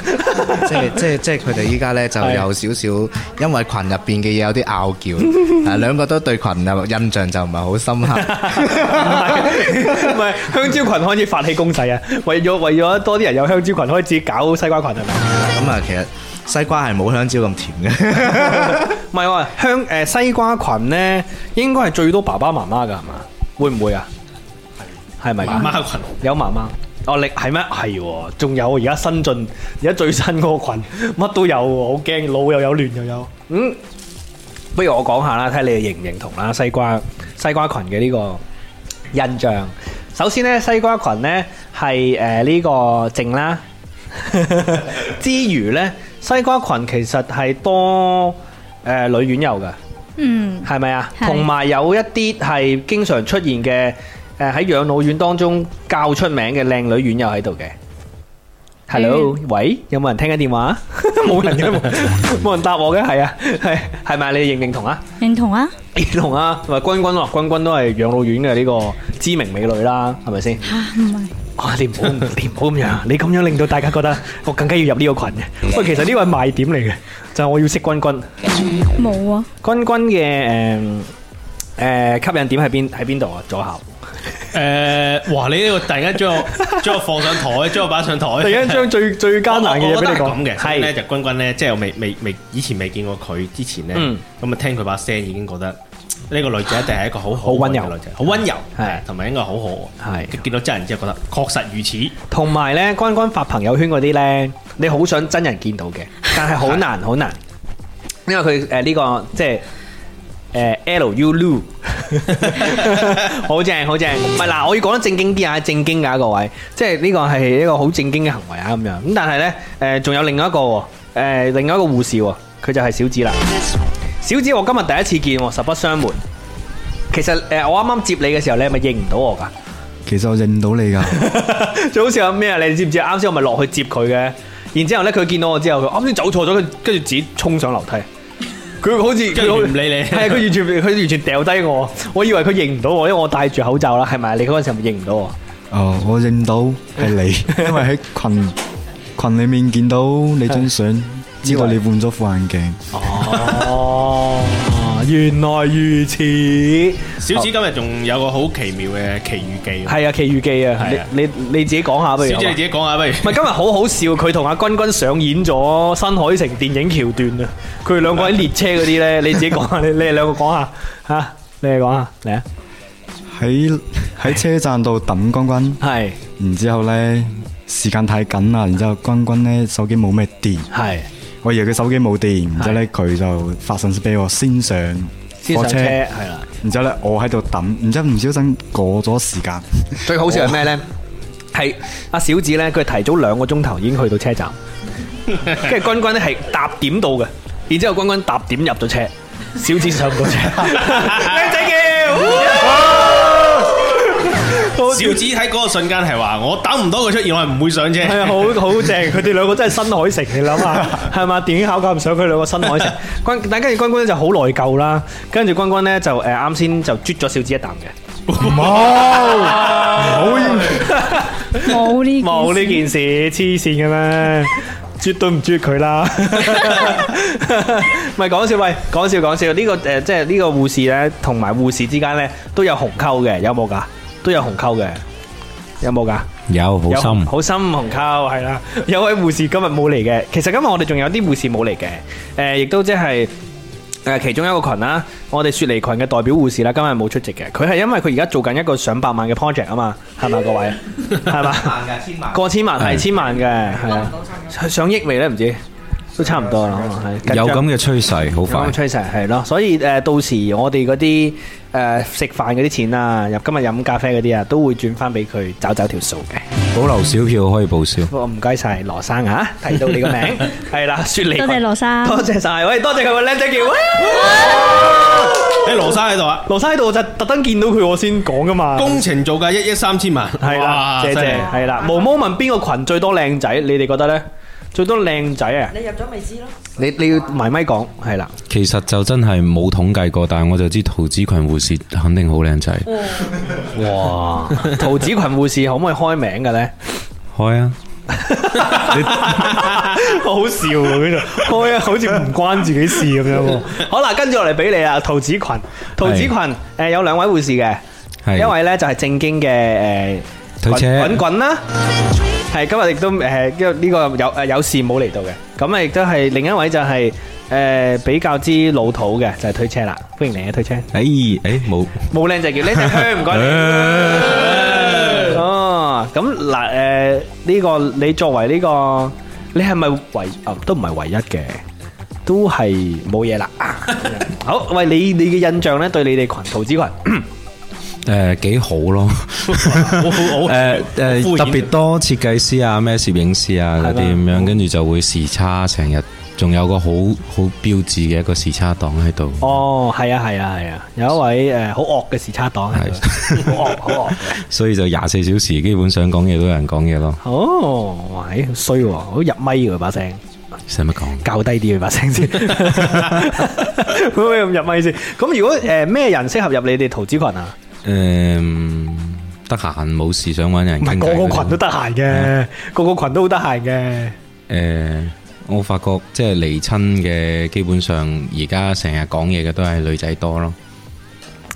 S3: 即係即係即係佢哋依家咧就有少少，因為群入邊嘅嘢有啲拗撬，啊兩個都對群有印象就唔係好深 [laughs] 刻。
S1: 唔係香蕉群開始發起攻勢啊！為咗為咗多啲人有香蕉群，開始搞西瓜群係咪？
S3: 咁啊，其實西瓜係冇香蕉咁
S6: [laughs]
S3: 甜嘅，
S1: [laughs] 唔係喎，香誒、西瓜群咧，應該係最多爸爸媽媽㗎係嘛？會唔會啊？係咪？
S2: 媽媽群
S1: 有媽媽。哦，你係咩？係喎，仲有而家新進，而家最新嗰個群 [laughs] 乜都有喎，好驚，腦又有，亂又有。嗯，不如我講下啦，睇下你哋認唔認同啦，西瓜西瓜群嘅呢個印象。首先咧，西瓜裙咧係誒呢個靜啦， [laughs] 之餘咧，西瓜裙其實係多誒、呃女院友嘅。
S5: 嗯，
S1: 係咪啊？
S5: 係
S1: 同埋有一啲係經常出現嘅，誒喺養老院當中較出名嘅靚女院友喺度嘅。Hello，喂，有冇人聽緊電話？ [laughs] 冇人嘅，冇冇人答我嘅，係啊，係
S7: [laughs]
S1: 係咪啊？你認唔認同啊？ [laughs]
S5: 認同啊，
S1: 認同啊，同埋君君咯，君君都係養老院嘅呢個知名美女啦，係咪先？
S7: 唔係
S1: 哇！你唔好，你唔好咁樣，你咁樣令到大家覺得我更加要入呢個群嘅。喂，其實呢個係賣點嚟嘅，就係我要識君君。
S5: 冇啊，
S1: 君君嘅誒誒吸引點喺邊喺邊度啊？左 [laughs] 下，
S2: 诶，哇！你呢個突然間將
S1: [laughs]
S2: 我將我放上台， [laughs] 將我擺上台，
S1: 突然間將最最艱難嘅嘢俾你
S2: 我我覺
S1: 講
S2: 得係咁嘅，所以咧就君君咧，即係我未未未以前未見過佢之前咧，
S1: 嗯
S2: 咁啊聽佢把聲已經覺得呢個女仔一定係一個好好
S1: 溫柔
S2: 女仔，好温柔，
S1: 係
S2: 同埋應該好可愛。
S1: 係
S2: 見到真人之後覺得確實如此，
S1: 同埋咧，君君發朋友圈嗰啲咧，你好想真人見到 [laughs] 嘅，但係好難好難，因為佢誒呢個即係。誒 L U [laughs] Lu，好正好正，唔係嗱，我要講得正經啲啊，正經㗎各位，即係呢個係一個好正經嘅行為啊咁樣。咁但係呢，誒、仲有另外一個喎、誒另外一個護士喎、佢就係小子啦。小子，我今日第一次見喎，實不相瞞。其實誒、我啱啱接你嘅時候，你係咪認唔到我㗎？
S6: 其實我認唔到
S1: [laughs]
S6: 你㗎，
S1: 最好笑係咩啊？你知唔知啊？啱先我咪落去接佢嘅，然之後咧佢見到我之後，佢啱先走錯咗，佢跟住自己衝上樓梯。佢好似
S2: 跟
S1: 佢
S2: 住
S1: 好
S2: 唔理你
S1: 係啊！佢完全佢完全掉低我，我以為佢認唔到我，因為我戴住口罩啦，係咪？你嗰陣時係咪認唔到我？
S6: 哦，我認到係你， [laughs] 因為喺群群里面見到你張相，知道你換咗副眼鏡。
S1: 哦， [laughs] 原來如此，係
S2: 小子今日仲有個好奇妙嘅奇遇記。
S1: 啊，奇遇記啊！
S2: 係啊
S1: 你你你自己講下不如
S2: 小
S1: 好
S2: 子
S1: 嘛
S2: 你自。己講下不如。
S1: 唔係今日好好笑，佢同阿君君上演咗新海城電影橋段啊！佢哋兩個喺列車嗰啲 [laughs] 咧，你自己講下，你你哋兩個講下吓，你哋講下嚟啊！
S6: 喺喺车站度等君君，
S1: 係
S6: 然之后咧時間太緊啦，然之後君君咧手機冇咩電，
S1: 係
S6: 我以為佢手機冇電，然之後咧佢就發信息俾我先上
S1: 先
S6: 火
S1: 上車
S6: 車，
S1: 係啦。
S6: 然之後咧我喺度等，然之後唔小心過咗時間，
S1: 最好笑係咩咧？係阿小子咧，佢提早兩個鐘頭已經去到車 [laughs] 站，跟住君君咧係搭點到嘅，然之後君君搭點入咗車，小子上唔到 [laughs] 車，靚仔叫，好
S2: 小子喺嗰個瞬間係話：我等唔到佢出現，我係唔會上車。
S1: 係啊，好好正！佢哋兩個真係新海城，你諗下係嘛？電影考教唔上佢兩個新海城。君，但跟住君君咧就好內疚啦，跟住君君咧就誒啱先就啜咗小子一啖嘅，冇
S5: 冇
S1: [laughs]
S5: 呢
S1: 冇呢
S5: 事
S1: 件事，黐線嘅咩？絕對唔啜佢啦！
S5: [laughs]
S1: 唔係講笑，喂，講笑講笑，呢、個誒、即係呢個護士咧，同埋護士之間咧都有紅溝嘅，有冇㗎？都有紅溝嘅，有冇㗎？
S10: 有好
S1: 有
S10: 心，
S1: 好心紅溝係啦。有位護士今日冇嚟嘅，其實今日我哋仲有啲護士冇嚟嘅，誒、亦都即係誒其中一個群啦，我哋雪梨群嘅代表護士啦，今日冇出席嘅。佢係因為佢而家做緊一個上百萬嘅 project 啊嘛，係嘛各位，係嘛？過千萬係千萬嘅，係啊，上上億未咧唔知，都差唔多啦，可能係緊
S10: 有
S1: 張
S10: 咁嘅趨勢，好
S1: 有咁
S10: 快
S1: 嘅。趨勢係咯，所以誒、呃到時我哋嗰啲誒食飯嗰啲錢啊，入今日飲咖啡嗰啲啊，都會轉翻俾佢找找條數嘅。
S10: 保留小票可以報銷。
S1: 我唔該晒羅
S10: [laughs]
S1: 生啊，提到你個名係啦，雪梨
S5: 多謝羅生
S1: 多謝晒，喂，多謝佢個靚仔叫，哇
S2: 誒羅生喺度啊！
S1: 羅生喺度就特登見到佢我先講噶嘛，
S2: 工程造價一億三千萬，
S1: 係啦，
S2: 哇
S1: 謝
S2: 真係
S1: 謝係啦，毛毛問邊個群最多靚仔，你哋覺得咧？最多靚仔啊！
S9: 你入咗未知咯？
S1: 你你要埋咪講係啦，
S10: 其實就真係冇統計過，但係我就知陶子群護士肯定好靚仔。
S1: 哇！桃子群護士可唔可以開名嘅咧？
S10: 開啊！
S1: [laughs] 好笑啊！跟住開啊，好似唔關自己事咁樣喎。好啦，跟住落嚟俾你啦，桃子群，桃子群誒有兩位護士嘅，
S10: 係
S1: 一位咧就係正經嘅誒
S10: 推車
S1: 滾滾啦，係今日亦都誒因為呢個有誒有事冇嚟到嘅，咁啊亦都係另一位就係誒比較之老土嘅就係推車啦，歡迎你啊推車，
S10: 哎哎冇， [laughs]
S1: 冇靚就叫靚仔香唔該你。哦，咁嗱，诶、呢、個你作為呢、個，你係咪唯啊都唔係唯一嘅，都係冇嘢啦。啊好，喂，你你嘅印象咧，對你哋群桃子群，
S10: 誒幾好咯，誒誒特別多設計師啊、咩攝影師啊嗰啲咁樣，跟住就會時差成日，仲有個好好標誌嘅一個時差黨喺度。
S1: 哦，係啊，係啊，係啊，有一位诶好惡嘅時差黨喺度，好惡，好惡。
S10: [laughs] 所以就廿四小時基本上講嘢都有人講嘢咯。
S1: 哦，喂，好衰喎，好入咪喎把聲，
S10: 使乜講？
S1: 較低啲佢
S10: [laughs]
S1: 把聲先，會唔會咁入咪先？咁如果诶咩人適合入你哋投資群啊？
S10: 诶、得閒冇事想揾人
S1: 唔
S10: 傾
S1: 係
S10: 偈嗰
S1: 個
S10: 啲咯。
S1: 個群都得閒嘅，個個群都好得閒嘅。
S10: 诶、我發覺即係離親嘅，基本上而家成日講嘢嘅都係女仔多咯。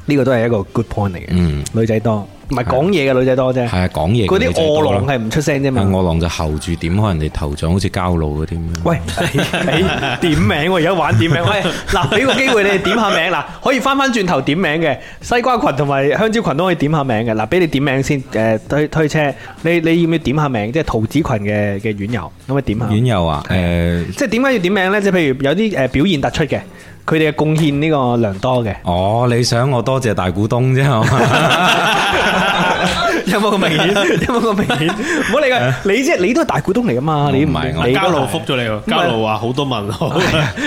S1: 呢個都係一個 good point 嚟嘅。
S10: 嗯，
S1: 女仔多，唔係講嘢嘅女仔多啫。
S10: 係啊，講嘢嘅
S1: 嗰啲
S10: 女仔多咯
S1: 餓狼係唔出聲啫嘛
S10: 係餓狼就候住點開人哋頭像，好似交路嗰啲咁樣。
S1: 喂，你點名我而家玩點名，喂，嗱，俾個機會你哋點下 [laughs] 名，嗱，可以翻翻轉頭點名嘅，西瓜群同埋香蕉群都可以點下名嘅，嗱，俾你點名先，诶、推推車，你你要唔要點下名？即係桃子群嘅嘅院友，咁咪點下？
S10: 院友啊，诶、
S1: 即係點解要點名呢？即係譬如有啲诶呃表現突出嘅，佢哋嘅貢獻呢個良多 [laughs] 嘅，
S10: 哦，你想我多謝大股東啫係
S1: [laughs]
S10: 嘛？
S1: 有冇咁明顯？有冇咁明顯？唔好理佢，你即係你都係大股東嚟噶嘛？你
S2: 唔係我
S1: 你
S2: 交路覆咗你喎，交路話好多問號，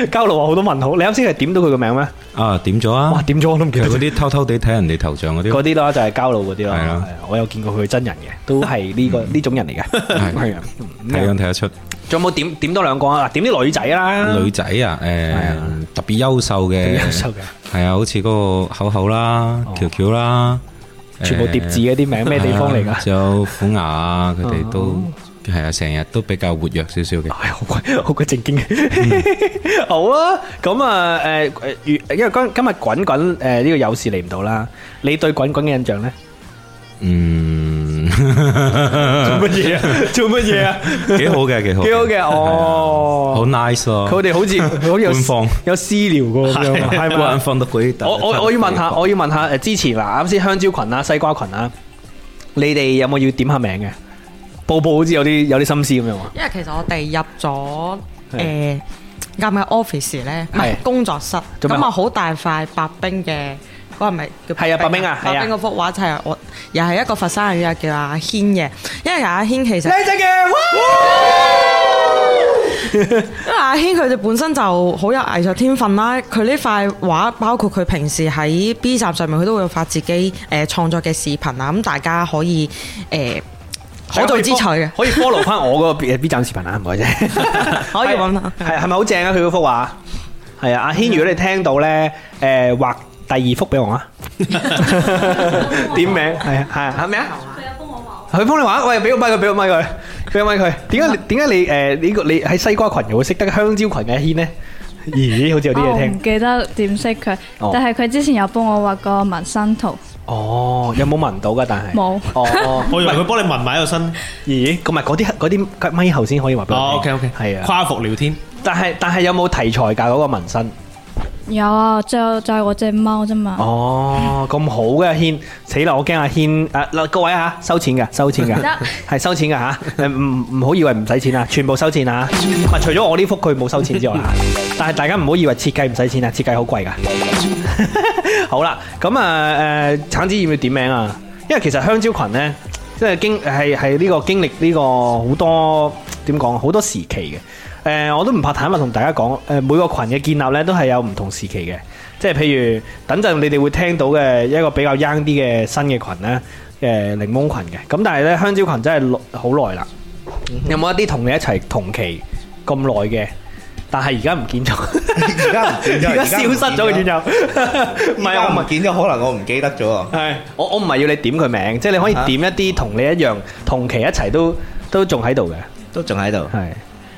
S1: [laughs] 交流話好多問號，你啱先係點到佢個名咩？
S10: 啊，點咗啊？哇，
S1: 點咗我都唔記
S10: 得。嗰啲偷偷地睇人哋頭像嗰啲。
S1: 嗰啲咯，就係交流嗰啲咯。
S10: 係
S1: 係
S10: 啊
S1: 啊，我有見過佢真人嘅，都係呢個呢種人嚟嘅。
S10: [laughs] 係
S1: 係啊，
S10: 睇樣睇得出。
S1: 仲有冇點點多兩個啊？嗱點啲女仔啦，
S10: 女仔啊，誒特別優秀嘅，
S1: 嗯特別優秀嘅
S10: 係啊，好似嗰個口口啦、喬喬啦，
S1: 全部疊字嘅啲名咩地方嚟㗎 [laughs] 哦
S10: 係啊仲有虎牙啊，佢哋都係啊，成日都比較活躍少少嘅。
S1: 好鬼好鬼正經。 [laughs] 好啊，咁啊誒誒，如因為今今日滾滾誒呢個有事嚟唔到啦，你對滾滾嘅印象
S10: [laughs]
S1: 咧？
S10: 嗯，
S1: 做乜嘢啊？做乜嘢啊？
S10: 幾好嘅，幾好，
S1: [laughs] 幾好嘅哦。
S10: 好 nice 咯。
S1: 佢哋好似好似有
S10: 官方
S1: 有私聊過咁樣，係咪啊
S10: 官？方都佢，
S1: 我我我要問下，我要問下誒，之前啊嗱，啱先香蕉群啦、西瓜群啦，你哋有冇要點下名嘅？步步好似有啲有啲心思咁樣喎。
S9: 因為其實我哋入咗
S1: 係
S9: 誒啱嘅 office 咧，唔係
S1: 係
S9: 工作室，
S1: 做咩
S9: 咁啊好大塊白冰嘅。嗰個係咪叫
S1: 係啊白冰啊係啊
S9: 白冰嗰幅畫就係我，又係一個佛山人，又叫阿軒嘅。因為阿軒其實靚
S1: 仔嘅，
S9: 因為阿軒佢哋本身就好有藝術天分啦。佢呢塊畫包括佢平時喺 B 站上面，佢都會發自己誒、呃、創作嘅視頻啊。咁大家可以誒、呃、可造之材嘅，
S1: 可以 follow 翻我嗰個 B B 站視頻啊，唔該啫。
S9: [laughs] 可以揾下。嗯
S1: 係係咪好正啊？佢嗰幅畫係啊，阿軒，如果你聽到咧，誒畫第二幅俾我
S9: [laughs]
S1: 啊，點名係啊係啊係咩啊？佢幫你畫，喂，俾個咪佢，俾個咪佢，俾個咪佢。點解你點解你誒呢個你喺西瓜群又會識得香蕉群嘅阿軒咧？咦，好似有啲嘢
S5: 我
S1: 聽
S5: 唔。記得點識佢
S1: 哦，
S5: 但係佢之前有幫我畫過紋身圖，
S1: 哦，有冇聞到噶？但係
S5: 冇
S1: 哦，
S2: 我以為佢幫你聞埋喺個身。
S1: 咦，咁咪嗰啲嗰啲咪後先可以話俾我聽。
S2: 哦，OK，OK
S1: 係啊。
S2: 跨服聊天，
S1: 但係但係有冇題材㗎嗰個紋身？
S5: 有啊，就就係我只貓啫
S1: Ờ.
S5: 嘛。
S1: 哦，咁好嘅阿軒，死啦！我驚阿軒啊嗱，各位嚇收錢嘅，收錢嘅
S5: 得，
S1: 係收錢嘅嚇，誒唔唔好以為唔使錢啊，全部收錢啊！ [laughs] 唔係除咗我呢幅佢冇收錢之外啊，但係大家唔好以為設計唔使錢啊，設計好貴㗎。 [laughs] 好啦，咁啊誒，橙子要唔要點名啊？因為其實香蕉群咧，即係經係係呢個經歷呢個好多點講好多時期嘅。誒、我都唔怕坦白同大家講，誒、每個群嘅建立咧都係有唔同時期嘅，即係譬如等陣你哋會聽到嘅一個比較 young 啲嘅新嘅群咧，誒、檸檬群嘅，咁但係咧香蕉群真係耐好耐啦。有冇一啲同你一齊同期咁耐嘅，但係而家唔見咗，而
S3: 家唔見
S1: [laughs]
S3: 咗
S1: 而家消失咗嘅 [laughs] 院友，唔係我唔
S3: 唔見咗，可能我唔記得咗啊。
S1: 系，我我唔係要你點佢名，即係你可以
S3: 啊
S1: 點一啲同你一樣同期一齊都都仲喺度嘅，
S3: 都仲喺度。
S1: 係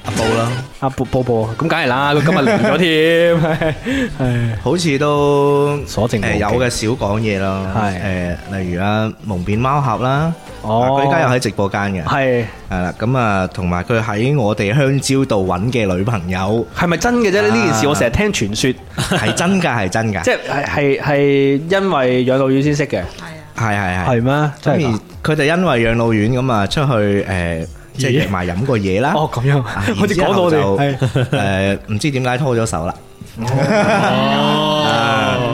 S3: 阿布啦，
S1: 阿布布布，咁梗係啦，佢今日嚟咗添，係
S3: 好似都
S1: 所剩無幾
S3: 誒有嘅少講嘢咯。
S1: 係
S3: 誒，例如啊，蒙面貓俠啦，
S1: 哦
S3: 佢而家又喺直播間嘅。
S1: 係
S3: 係啦，咁啊，同埋佢喺我哋香蕉度揾嘅女
S1: [laughs]
S3: 朋友
S1: 係咪真嘅啫？呢件事
S3: 啊
S1: 我成日聽傳 [laughs] 說，
S3: 係真㗎，係真㗎，
S1: 即係係係係因為養老院先識嘅，
S3: 係係係。
S1: 係咩？真係㗎
S3: 咁而佢哋因為養老院咁啊，出去誒，即係約埋飲過嘢啦。
S1: 哦咁樣，
S3: 啊
S1: 好似講到我哋係
S3: 然之後就誒唔知點解拖咗手啦。
S1: 哦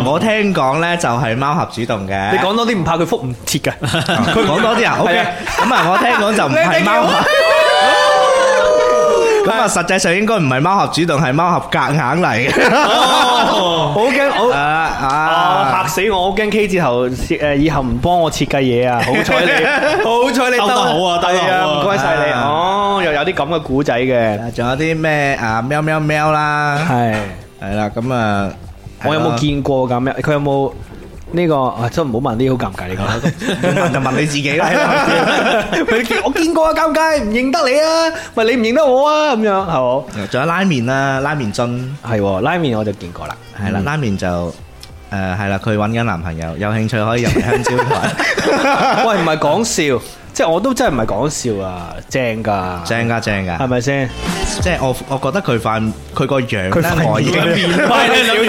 S3: 我聽講咧就係貓俠主動嘅。
S1: 你講多啲唔怕佢覆唔切嘅， [laughs] 佢
S3: [laughs] 講多啲啊？OK，咁 à? 啊，我聽講就唔係貓俠。 [laughs] 咁啊，實際上應該唔係貓俠主動，係貓俠夾硬嚟嘅。 [laughs]
S1: 我好驚，我啊嚇死我！我驚 K 之後誒以後唔幫我設計嘢啊！好彩你，好彩你
S2: 兜得好啊兜得好啊
S1: 係唔該晒你。
S3: 啊
S1: 哦，又有啲咁嘅古仔嘅，
S3: 仲有啲咩啊？喵喵喵啦，
S1: 係
S3: 係啦，咁啊，
S1: 我有冇見過咁樣？佢有冇呢個啊？真唔好問啲好尷尬你講。
S3: [laughs] 問就問你自己啦。
S1: 佢見我見過啊，尷尬，唔認得你啊，咪你唔認得我啊，咁樣係冇？
S3: [laughs] 仲有拉麵啦，拉麵樽。
S1: 係喎，拉麵我就見過啦，
S3: 係啦，
S1: [laughs]
S3: 拉麵就，誒，係啦，佢搵緊男朋友，有興趣可以入嚟香蕉台。
S1: 喂，唔係講笑，即係我都真係唔係講笑啊，正㗎，
S3: 正㗎，正㗎。
S1: 係咪先？
S3: 即係我-我覺得佢塊-佢個樣呢，
S1: 佢塊面。
S3: 外形。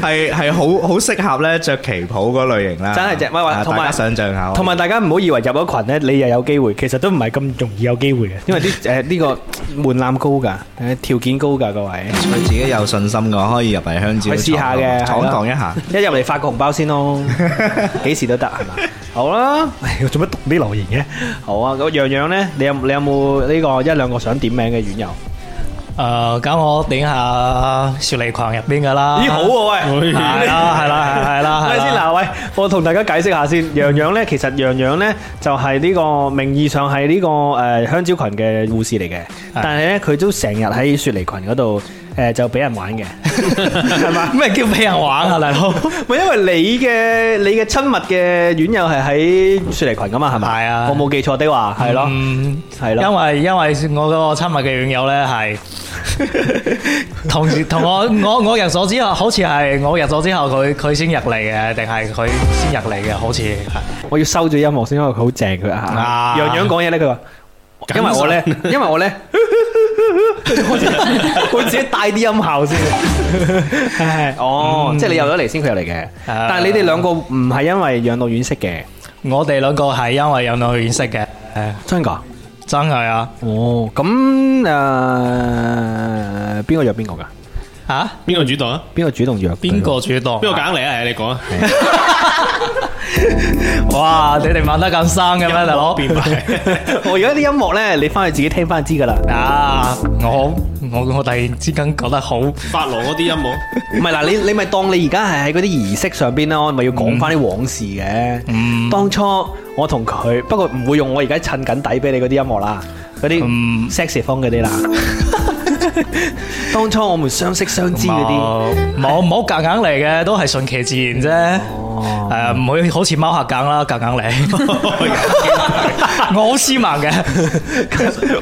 S3: 係-係好-好適合呢，着旗袍嗰類型啦。
S1: 真係正，喂，喂，
S3: 啊，
S1: 同埋-
S3: 大家想像下。
S1: 同埋大家唔好以為入咗群咧，你又有機會，其實都唔係咁容易有機會嘅，因為 [laughs] 啲誒呢個門檻高㗎，誒條件高㗎，各位，
S3: 佢自己有信心嘅，可以入嚟香蕉
S1: 去試下嘅，
S3: 闖蕩-
S1: 係咯 [laughs]
S3: 闖蕩一下。，
S1: 一入嚟發個紅包 [laughs] 先咯，幾時都得係嘛？ [laughs] 好啦，喂做乜讀啲留言嘅？好啊，咁洋洋咧，你有你有冇呢個一兩個想點名嘅院友？
S4: 誒，咁我頂下雪梨群入邊噶啦。
S1: 咦好喎喂，
S4: 係啦係啦係啦係
S1: 等陣先
S4: 啦。
S1: 嗱，喂，我同大家解釋下先。洋洋咧，其實洋洋咧就係呢個名義上係呢個誒香蕉群嘅護士嚟嘅，但係咧佢都成日喺雪梨群嗰度誒就俾人玩嘅，係嘛？
S4: [laughs] 咩叫俾人玩啊，大佬？
S1: 咪因為你嘅你嘅親密嘅院友係喺雪梨群噶嘛，係咪？
S4: 係啊
S1: 我冇記錯的話，係咯，
S4: 嗯，
S1: 係
S4: 因
S1: 咯。
S4: 為因為我個親密嘅院友
S1: [laughs]
S4: 咧係同時同我我我入咗之後，好似係我入咗之後，佢佢先入嚟嘅，定係佢先入嚟嘅？好似係。
S1: 我要收咗音樂先，因為佢好正佢啊
S4: 啊。
S1: 洋洋講嘢咧，佢話。因為我咧， [laughs] 因為我咧，我自己帶啲音效先。唉 [laughs] 哦，即係你入咗嚟先，佢入嚟嘅。但係你哋兩個唔係因為養老院識嘅，
S4: 我哋兩個係因為有兩個認識嘅，誒
S1: 真㗎？
S4: 真係啊
S1: 哦，咁誒邊個約邊個㗎？
S4: 嚇！
S2: 邊個主動啊？
S1: 邊個主動約？
S4: 邊個主
S2: 邊
S4: 動？
S2: 個揀嚟啊？係你講啊！
S4: 哇！你哋問得咁生嘅咩，大佬？
S2: 變態
S1: [laughs] 我而家啲音樂咧，你翻去自己聽翻知㗎啦。
S4: [laughs] 啊！我我我突然之間覺得好
S2: 法郎嗰啲音樂，
S1: 唔係嗱，你你咪當你而家係喺嗰啲儀式上邊咯，咪要講翻啲往事嘅。當初我同佢，不過唔會用我而家襯緊底俾你嗰啲音樂啦，嗰啲 sexy 風嗰啲 [laughs] 啦。當初我們相識相知嗰啲，
S4: 冇冇夾硬嚟嘅，都係順其自然啫。
S1: 哦
S4: 誒唔會好似貓客梗啦，
S1: [laughs]
S4: 夾硬嚟。我好斯文嘅，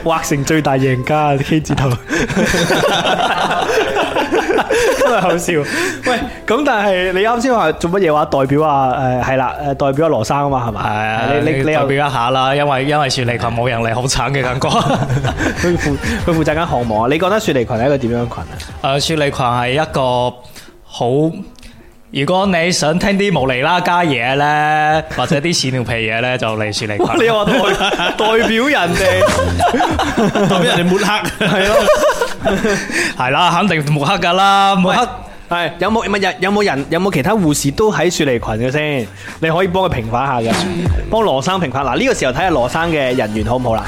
S1: 畫成最大贏家 K 字
S4: [laughs]
S1: 頭，真係好笑。喂，咁但係你啱先話做乜嘢話代表啊？誒係啦，誒代表阿羅生啊嘛，係
S4: 係啊
S1: 嘛？你你你
S4: 代
S1: 又
S4: 表一下啦，因為因為雪梨群冇人嚟，好慘
S1: [laughs]
S4: 嘅感覺。
S1: 佢負佢負責間項目啊！你覺得雪梨群係一個點樣嘅群啊？
S4: 誒雪梨群係一個好，如果你想聽啲無厘啦加嘢咧，或者啲屎尿屁嘢咧，就嚟雪梨群。
S1: [laughs] 你又話代代表人 [laughs] 哋，
S2: 代表人哋抹黑，係咯。
S4: 係啦，肯定抹黑㗎啦，抹黑。
S1: 係有冇唔係有有冇人有冇其他護士都喺雪梨群嘅先？你可以幫佢平反下嘅，幫羅生平反。嗱呢個時候睇下羅生嘅人緣好唔 [laughs] 好啦。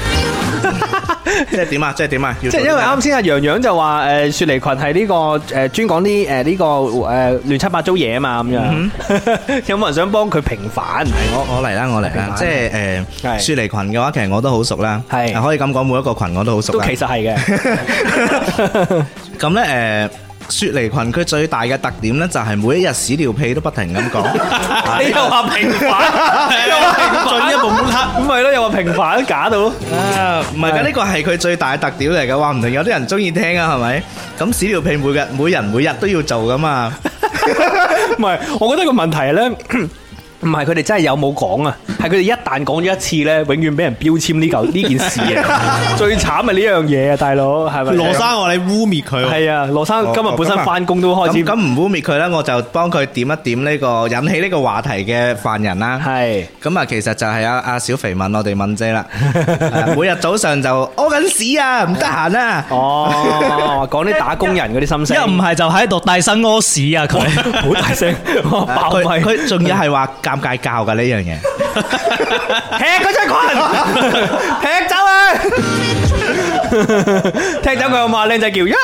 S3: 即係點啊？即係點啊？要
S1: 即係因為
S3: 做啲咩？
S1: 啱先阿洋洋就話誒雪梨群係呢個誒專講啲誒呢個誒亂七八糟嘢啊嘛咁樣， [laughs] 有冇人想幫佢平反？
S3: 我-我嚟啦，我嚟啦。
S1: 平反。
S3: 即係，誒，
S1: 係。
S3: 雪梨群嘅話，其實我都好熟啦。
S1: 係。都
S3: 可以咁講，每一個群我都好熟啦。
S1: 其實係嘅， [laughs]
S3: 咁咧誒，雪梨群佢最大嘅特點咧，就係每一日屎尿屁都不
S1: [laughs]
S3: 停咁講。
S1: 你又話平 [laughs] 反，又話進一步抹
S3: [laughs]
S1: 黑，咁咪咯，又話平反假到。
S3: 啊，唔係㗎，呢個係佢最大嘅特點嚟嘅，話唔定有啲人中意聽啊，係咪？咁屎尿屁每日每人每日都要做噶嘛，
S1: 唔係，我覺得個問題係咧，唔係佢哋真係有冇講啊？係佢哋一旦講咗一次咧，永遠俾人標籤呢嚿呢件事啊！最慘係呢樣嘢啊，大佬係咪？
S2: 羅生話你污蔑佢喎
S1: 係啊，羅生今日本身翻工都開始
S3: 咁咁唔污蔑佢啦，我就幫佢點一點呢個引起呢個話題嘅犯人
S2: [laughs]
S3: 啦。
S1: 係
S3: 咁啊，其實就係阿阿小肥問我哋問姐啦， [laughs] 係啊每日早上就屙緊屎啊，唔得閒啊。
S1: 哦，講啲打工人嗰啲心聲。
S4: 一唔係就喺度大聲屙屎啊！佢
S1: [laughs] 好大聲，爆
S3: 佢佢仲要係話尷尬教㗎呢樣嘢。
S1: 踢嗰張 [laughs] 裙，踢走啊！踢走佢阿嘛，靚仔叫呀！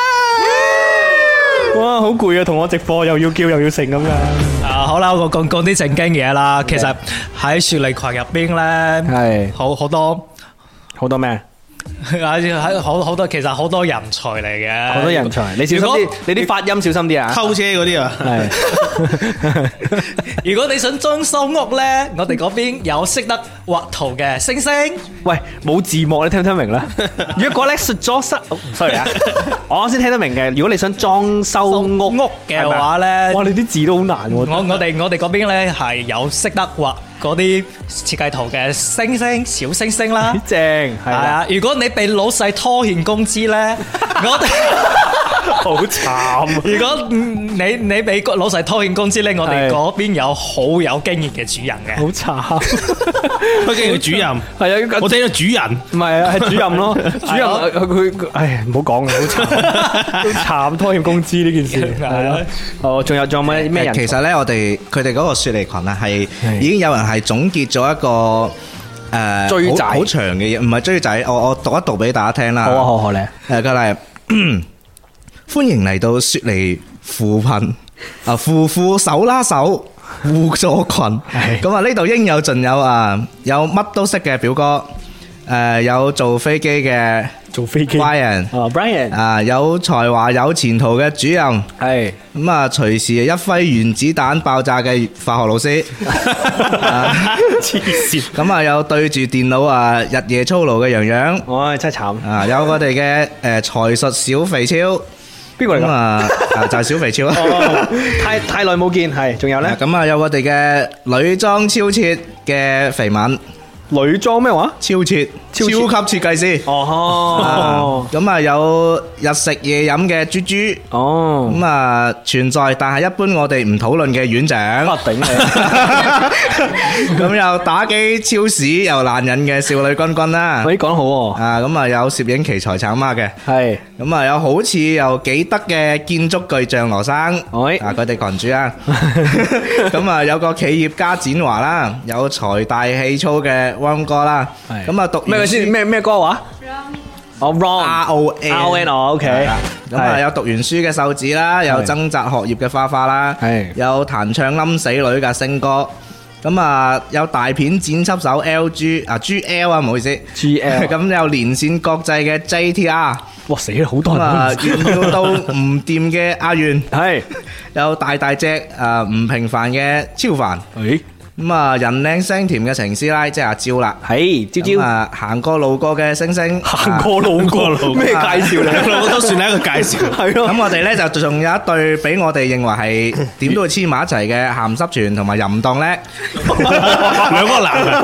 S1: 哇，好攰啊！同我直播又要叫又要成咁噶。
S4: 啊，好啦，我講講啲正經嘢啦。其實喺雪梨群入邊咧，
S1: 係
S4: 好好多 [laughs]
S1: 好多咩？
S4: 喺喺好好多，其實好多人才嚟嘅，
S1: 好多人才，你小心啲，你啲發音小心啲啊！
S2: 偷車嗰啲啊，
S1: 係
S4: [laughs] 如果你想裝修屋咧，我哋嗰邊有識得畫圖嘅星星。
S1: 喂，冇字幕你聽唔聽明咧？如果咧裝修，sorry 啊，我先聽得明嘅。如果你想裝修屋屋
S4: 嘅話咧
S1: 哇，你啲字都好難
S4: 我
S1: 喎。
S4: 我哋我哋嗰邊咧係有識得畫嗰啲設計圖嘅星星小星星啦。
S1: 正係
S4: 係啊
S1: 啊，，
S4: 如果你被老細拖欠工
S10: [laughs]
S4: 資咧，我哋。
S1: 好慘。
S4: 如果嗯你你俾老細拖欠工資咧，我哋
S1: 係
S4: 嗰邊有好有經驗嘅主人嘅。
S1: 好慘，
S2: 佢竟然主任，
S1: 係啊，
S2: 我聽到主人。
S1: 唔係啊，係主任咯，主任佢佢佢唉，唔好講啦，好慘，好慘，拖欠工資呢件事係咯。哦，仲有仲有咩咩人？
S3: 其實咧，我哋佢哋嗰個雪梨群啊，係
S1: 係
S3: 已經有人係總結咗一個誒
S1: 追仔
S3: 好好長嘅嘢，唔係追仔，我我讀一讀俾大家聽啦。
S1: 好啊，好好咧，
S3: 誒，佢嚟 [clears throat] 歡迎嚟到雪梨扶貧啊，扶扶手拉手。互助群，咁啊呢度應有盡有啊，有乜都識嘅表哥，誒、有做飛機嘅
S1: 做飛機
S3: Brian，
S1: 啊，Brian
S3: 啊有才華有前途嘅主任，
S1: 係
S3: 咁啊，隨時一揮原子彈爆炸嘅化學老師，啊
S1: 黐線，
S3: 咁啊有對住電腦啊日夜操勞嘅洋洋，
S1: 唉，真係慘，
S3: 啊有我哋嘅誒財術小肥超，
S1: 邊個嚟
S3: 咁
S1: 㗎？
S3: 啊啊就係小肥超啊，
S1: 哦太太耐冇見，係仲有咧
S3: 咁啊有我哋嘅女裝超切嘅肥敏，
S1: 女裝咩話？
S3: 超切
S1: 超切
S3: 超級設計師，
S1: 哦
S3: 啊咁啊有日食夜飲嘅豬豬。
S1: 哦，
S3: 咁啊存在，但係一般我哋唔討論嘅院長，
S1: 我
S3: [laughs]
S1: 頂你！
S3: 咁又打機超市又難忍嘅少女君君啦
S1: 喂，，你講得好喎，
S3: 啊咁啊有攝影奇才橙媽嘅，
S1: 係
S3: 咁啊有好似又幾得嘅建築巨匠羅生，
S1: 喂
S3: 啊佢哋群主啊， [laughs] 咁啊有個企業家展華啦，有財大氣粗嘅汪哥啦，
S1: 係
S3: 咁啊讀完
S1: 咩先？
S3: 書
S1: 咩咩歌話？哦 Oh,
S3: ？R
S1: ，wrong，
S3: O N
S1: R N，哦，OK，
S3: 係啦咁啊
S1: 係
S3: 有讀完書嘅秀子啦，有掙扎學業嘅花花啦，
S1: 係
S3: 有彈唱冧死女嘅星哥，咁啊有大片剪輯手 L G 啊 G L 啊，唔好意思
S1: GL
S3: [laughs] 咁有連線國際嘅 J
S1: [laughs]
S3: T R，
S1: 哇死啦，好多
S3: 咁
S1: 人
S3: 啊
S1: 都唔知，
S3: 炫耀到唔掂嘅阿元，
S1: [laughs]
S3: [laughs]
S1: 係，
S3: 有大大隻啊唔平凡嘅超凡，
S1: 誒，
S3: 咁啊人靚聲甜嘅程師奶即係阿蕉啦，
S1: 係，朝
S3: 咁
S1: 朝。
S3: 啊行過路過嘅星星，
S1: 行過路過咩介紹你？
S2: 我都算係一個介
S1: [laughs]
S2: 紹。
S1: 係咯，
S3: 咁我哋咧就仲有一對俾我哋認為係點都會黐埋一齊嘅鹹濕團同埋淫蕩咧，
S2: 兩個男人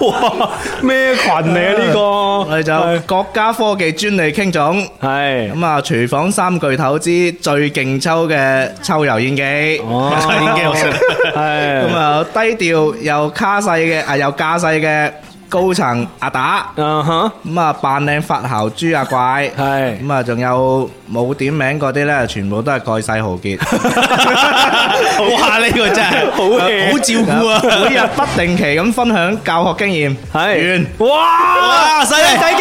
S1: 哇咩群嚟啊呢
S3: 我
S1: 個？
S3: 哋就國家科技專利傾總，
S1: 係
S3: 咁啊廚房三巨頭之最勁抽嘅抽油煙機， [laughs]
S2: 已經好識
S1: 係
S3: 咁啊低調又卡細嘅啊又架勢嘅高層阿打，
S1: 啊哈
S3: 咁啊扮靚發姣豬阿怪，
S1: 係
S3: 咁啊仲有冇點名嗰啲咧，全部都係蓋世豪傑。
S2: 哇！呢個真
S3: [laughs]
S2: 係
S1: 好 hea
S2: 好照顧啊！
S3: 每日不定期咁分享教學經驗，
S1: 係
S3: 完。
S1: 哇！
S2: 哇！犀利！
S1: 使叫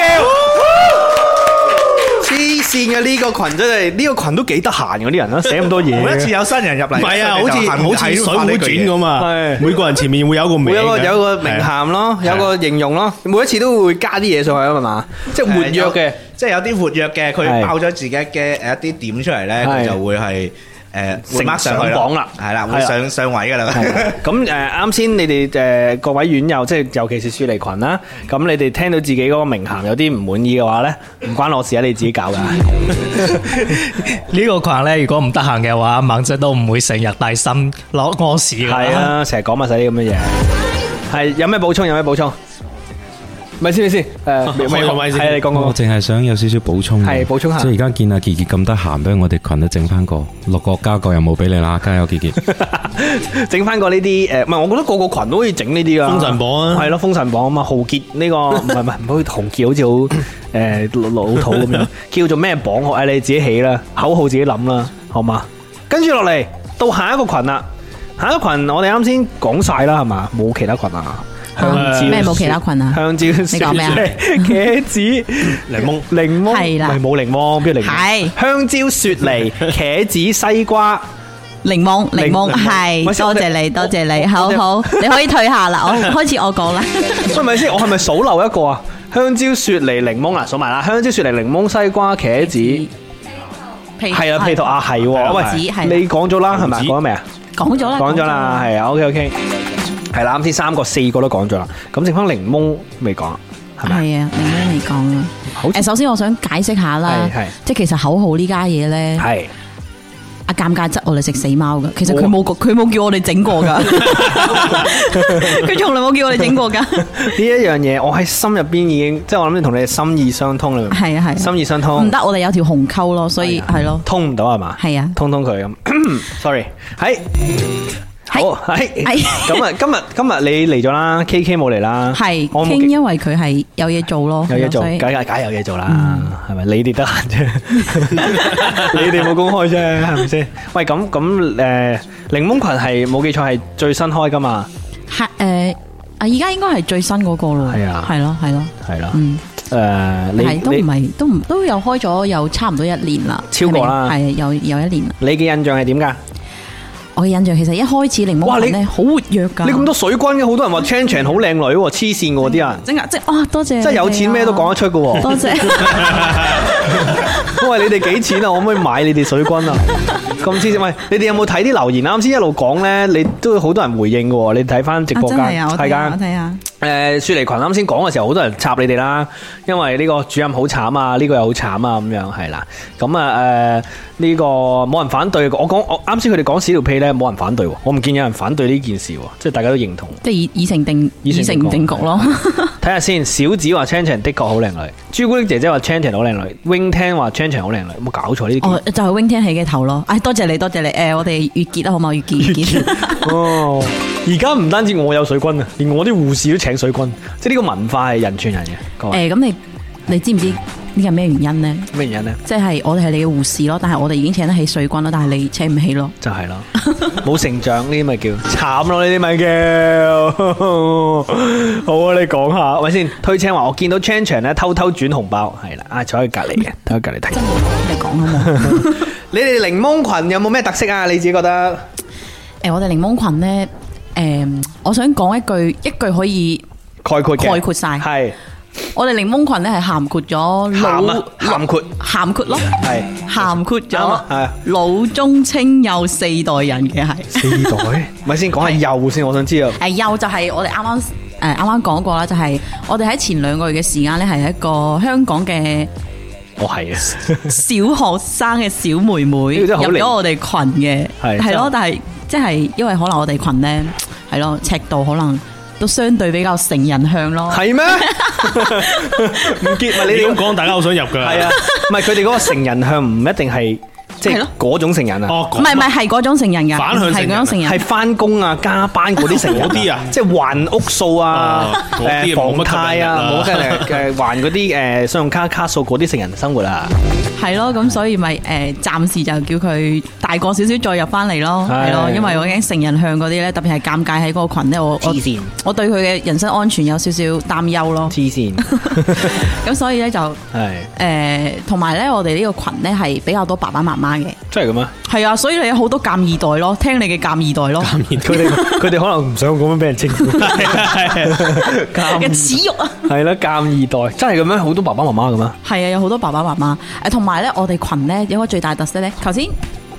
S1: 黐線嘅呢個群真係呢個群都幾得閒嗰啲 [laughs] 人啦，寫咁多嘢
S3: 每一次
S1: 嘅。
S3: 有新人入嚟，
S2: 唔係啊，好似好似《水滸傳》咁啊
S1: 係，
S2: 每個人前面會有個名
S1: 每
S2: 嘅，
S1: 一個有一個名
S2: 係啊
S1: 銜咯，有一個形容咯，每一次都會加啲嘢上去啊嘛，即係活躍嘅。
S3: 即係有啲活躍
S1: 係
S3: 嘅，佢爆咗自己嘅誒一啲點出嚟咧，
S1: 係
S3: 佢就會係誒會
S1: 成
S3: mark 上去
S1: 上榜啦
S3: 係啦，會
S1: 係啦
S3: 上上位㗎啦。
S1: 咁誒，啱先你哋誒各位院友，即係尤其是雪梨群啦，咁你哋聽到自己嗰個名銜有啲唔滿意嘅話咧，唔關我事啊，你自己搞㗎。
S4: 呢個群咧，如果唔得閒嘅話，猛仔都唔會成日帶心攞屙屎㗎啦
S1: 係啊，成日講埋晒啲咁嘅嘢。係有咩補充？有咩補充？咪先咪先，誒，未
S2: 開個咪先
S1: 係啊你講
S10: 我
S1: 講。
S10: 淨係想有少少補充嘅，
S1: 係補充下
S10: 即係而家見阿杰杰咁得閒，不如我哋群都整翻個六個加個任務俾你啦，加油杰杰！
S1: [laughs] 整翻個呢啲呃誒，唔係我覺得個個群都可以整呢啲噶。
S2: 封神榜啊
S1: 係咯，封神榜啊嘛，浩傑
S10: [laughs]
S1: 呢個唔係唔係唔好豪傑，好似好誒老老土咁
S10: [laughs]
S1: 樣，叫做咩榜？我誒你自己起啦，口號自己諗啦，好嘛？跟住落嚟到下一個群啦，下一個群我哋啱先講晒啦，係嘛？冇其他群啊，香
S7: 啊
S1: 蕉
S7: 咩冇其他群
S1: [laughs]
S7: 啊
S1: 香蕉你
S7: 講咩啊
S1: [laughs] 茄子
S2: 檸檬
S1: 檸檬
S7: 係啦
S1: 唔係冇檸檬，邊有檸檬？
S7: 係
S1: 香蕉雪梨茄子西瓜。
S7: 檸檬，
S1: [laughs]
S7: 檸檬
S1: 檸檬
S7: 係，
S1: 喂
S7: 多
S1: 我哋
S7: 謝你，多
S1: [laughs]
S7: 謝你，
S1: 我
S7: 好
S1: 我哋
S7: 好，你可以退
S1: [laughs]
S7: 下啦，我開始我講啦，
S1: 喂，咪先，我係咪數漏一個啊？香蕉雪梨檸檬啊，數埋啦，香蕉雪梨檸檬西瓜茄子，
S7: 皮
S1: 係啊，
S7: 係
S1: 屁圖啊，係喎，
S7: 猴子係
S1: 喂，你講咗啦，係咪？
S2: 猴子
S1: 講咗未啊？
S7: 講咗啦，
S1: 講咗啦，，係啊，OK à? OK，係啦，啱先三個、四個都講咗啦，咁剩翻檸檬未講啊，係咪？
S7: 係啊，檸檬未講啊。
S1: 好
S7: 誒，首先我想解釋下啦
S1: 係係，
S7: 即係其實口號呢家嘢咧，
S1: 係，
S7: 阿尷啊尬執我哋食死貓噶，其實佢冇佢冇叫我哋整
S1: [laughs]
S7: 過噶， [laughs] 佢從來冇叫我哋整過
S1: [laughs]
S7: 噶，
S1: 呢一樣嘢，我喺心入邊已經，即係我諗住同你哋心意相通啦，
S7: 係啊係啊
S1: 心意相
S7: 唔
S1: 通，
S7: 得，我哋有條紅溝咯，所以係咯，
S1: 通唔到係啊嘛？
S7: 係啊
S1: 通通佢咁 [coughs] ，sorry，係。好，
S7: 係
S1: 係
S7: 係
S1: 咁啊！今日今日你嚟咗啦，K K 冇嚟啦，
S7: 係
S1: 我冇
S7: 傾，
S1: 記
S7: 因為佢係有嘢做咯，
S1: 有嘢做，
S7: 所以
S1: 梗係梗係有嘢做啦，係咪？你哋得
S7: [laughs]
S1: 閒啫，你哋冇公開啫，係咪先？喂，咁咁誒，檸檬群係冇記錯係最新開噶嘛？
S7: 係誒。啊！而家應該係最新嗰個咯，
S1: 係啊
S7: 係咯，係咯，
S1: 係啦，
S7: 嗯，
S1: 誒，
S7: 係都唔
S1: 你
S7: 係，都唔都有開咗有差唔多一年啦，
S1: 超過啦
S7: 係咪係有有一年啦。
S1: 你你嘅印象係點㗎？
S7: 我嘅印象其實一開始檸
S1: 哇
S7: 檬
S1: 你
S7: 群咧好活躍㗎，
S1: 你咁多水軍嘅，好多人話 Chan Chan 好靚女喎，黐線喎啲人，
S7: 真㗎，即係
S5: Ờ,
S7: 哇！多謝你哋啊，
S1: 真係有錢
S5: à.
S1: 咩都講得出嘅喎。
S7: 多謝。
S1: 喂，你哋幾錢啊？我可唔可以買你哋水軍啊？咁黐線！喂，你哋有冇睇啲留言啊？啱先一路講咧，你都好多人回應嘅喎。你睇 [laughs] 翻直播間，
S7: 啊真係啊，我睇下，我
S1: 間
S7: 睇下。
S1: 誒、雪梨群啱先講嘅時候，好多人插你哋啦，因為呢個主任好慘啊，呢、個又好慘啊，咁樣係啦。咁啊誒呢個冇人反對，我講我啱先佢哋講屎尿屁咧，冇人反對喎，我唔見有人反對呢件事喎，即係大家都認同。
S7: 即係已已成定
S1: 已
S7: 已
S1: 成
S7: 成定局咯。
S1: 睇下先，小子話 Chan Chan 的確好靚女，朱古力姐姐話 Chan Chan 好靚女，Wing Tan 話 Chan Chan 好靚女，有冇搞錯呢啲
S7: 哦，就係 wing 天喜嘅頭咯。唉，哎多謝你，多謝你。誒，我哋月結啦，好嘛？月
S1: [laughs]
S7: 結，月結。
S1: 哦，而家唔單止我有水軍啊，連我啲護士都請水軍，即係呢個文化係人傳人嘅。各位
S7: 誒，咁你你知唔知呢個咩原因呢？
S1: 咩原因咧？
S7: 即係我哋係你嘅護士咯，但係我哋已經請得起水軍咯，但係你請唔起咯。
S1: 就係啦，冇成長呢啲咪叫慘咯，呢啲咪叫 [laughs] 好啊！你講下，喂先，推車話我見到 Chan Chan 咧偷偷轉紅包，係啦，啊坐喺隔離
S7: 嗯
S1: 嘅，坐喺隔離睇。
S7: 你講好冇？ [laughs]
S1: 你哋檸檬群有冇咩特色啊？你自己覺得？
S7: 誒，我哋檸檬群呢，誒，我想講一句，一句可以，
S1: 概括嘅，
S7: 概括晒
S1: 係
S7: 我哋檸檬群呢係涵括咗
S1: 鹹
S7: 老
S1: 啊，鹹括
S7: 涵括咯，
S1: 係
S7: 涵括
S1: 啱啊係
S7: 咗
S1: 啊
S7: 老中青幼四代人嘅係。
S1: 四代，咪先講下幼先，我想知啊。
S7: 誒幼就係我哋啱啱誒啱啱講過啦，就係、我哋喺前兩個月嘅時間咧，係一個香港嘅
S1: 我係啊，
S7: 小學生嘅小妹妹
S1: 呢個真係好
S7: 入
S1: 離
S7: 咗我哋群嘅，
S1: 係
S7: 係
S1: 真係
S7: 咯，但係即係因為可能我哋群咧係咯尺度可能都相對比較成人向咯，
S1: 係
S7: [laughs]
S1: 咩？唔結咪
S2: 你
S1: 你哋
S2: 咁講，大家好想入
S1: [laughs]
S2: 㗎。
S1: 係啊，唔係佢哋嗰個成人向唔一定係即
S7: 係
S1: 係
S7: 咯
S1: 嗰種成人啊。
S2: 哦，
S7: 唔係唔係係嗰種成人㗎，
S2: 反向
S7: 係
S2: 成人
S7: 嗰種成
S1: 系
S7: 人。
S1: 翻工啊、加班嗰啲成人
S2: 嗰啲啊
S1: 即係還屋數啊
S2: 哦、嗰
S1: 誒
S2: 啲冇乜
S1: 房貸啊、冇
S2: 吸
S1: 跟誒誒還嗰
S2: [laughs]
S1: 啲誒信用卡卡數嗰啲成人生活啊，
S7: 係咯，咁所以咪誒暫時就叫佢大個少少再入翻嚟咯，
S1: 係
S7: 係咯，因為我已經成人向嗰啲咧，特別係尷尬喺嗰個群咧，我我
S1: 線
S7: 我對佢嘅人身安全有少少擔
S1: [laughs]
S7: 憂咯，
S1: 黐線，
S2: [laughs]
S7: 咁所以咧就
S1: 係
S7: 誒，同埋咧我哋呢個群咧係比較多爸爸媽媽嘅，
S1: 真係咁啊！
S7: 係啊，所以你有好多鑑二代咯，聽你嘅鑑二代咯
S1: 佢
S2: [laughs]
S1: 哋佢哋可能唔想咁樣俾人稱呼，鑑
S7: 嘅恥辱啊，
S1: [laughs] 係啦，鑑二代真係咁樣，好多爸爸媽媽咁啊，
S7: 係啊，有好多爸爸媽媽誒，同埋咧我哋群咧有個最大特色咧，頭先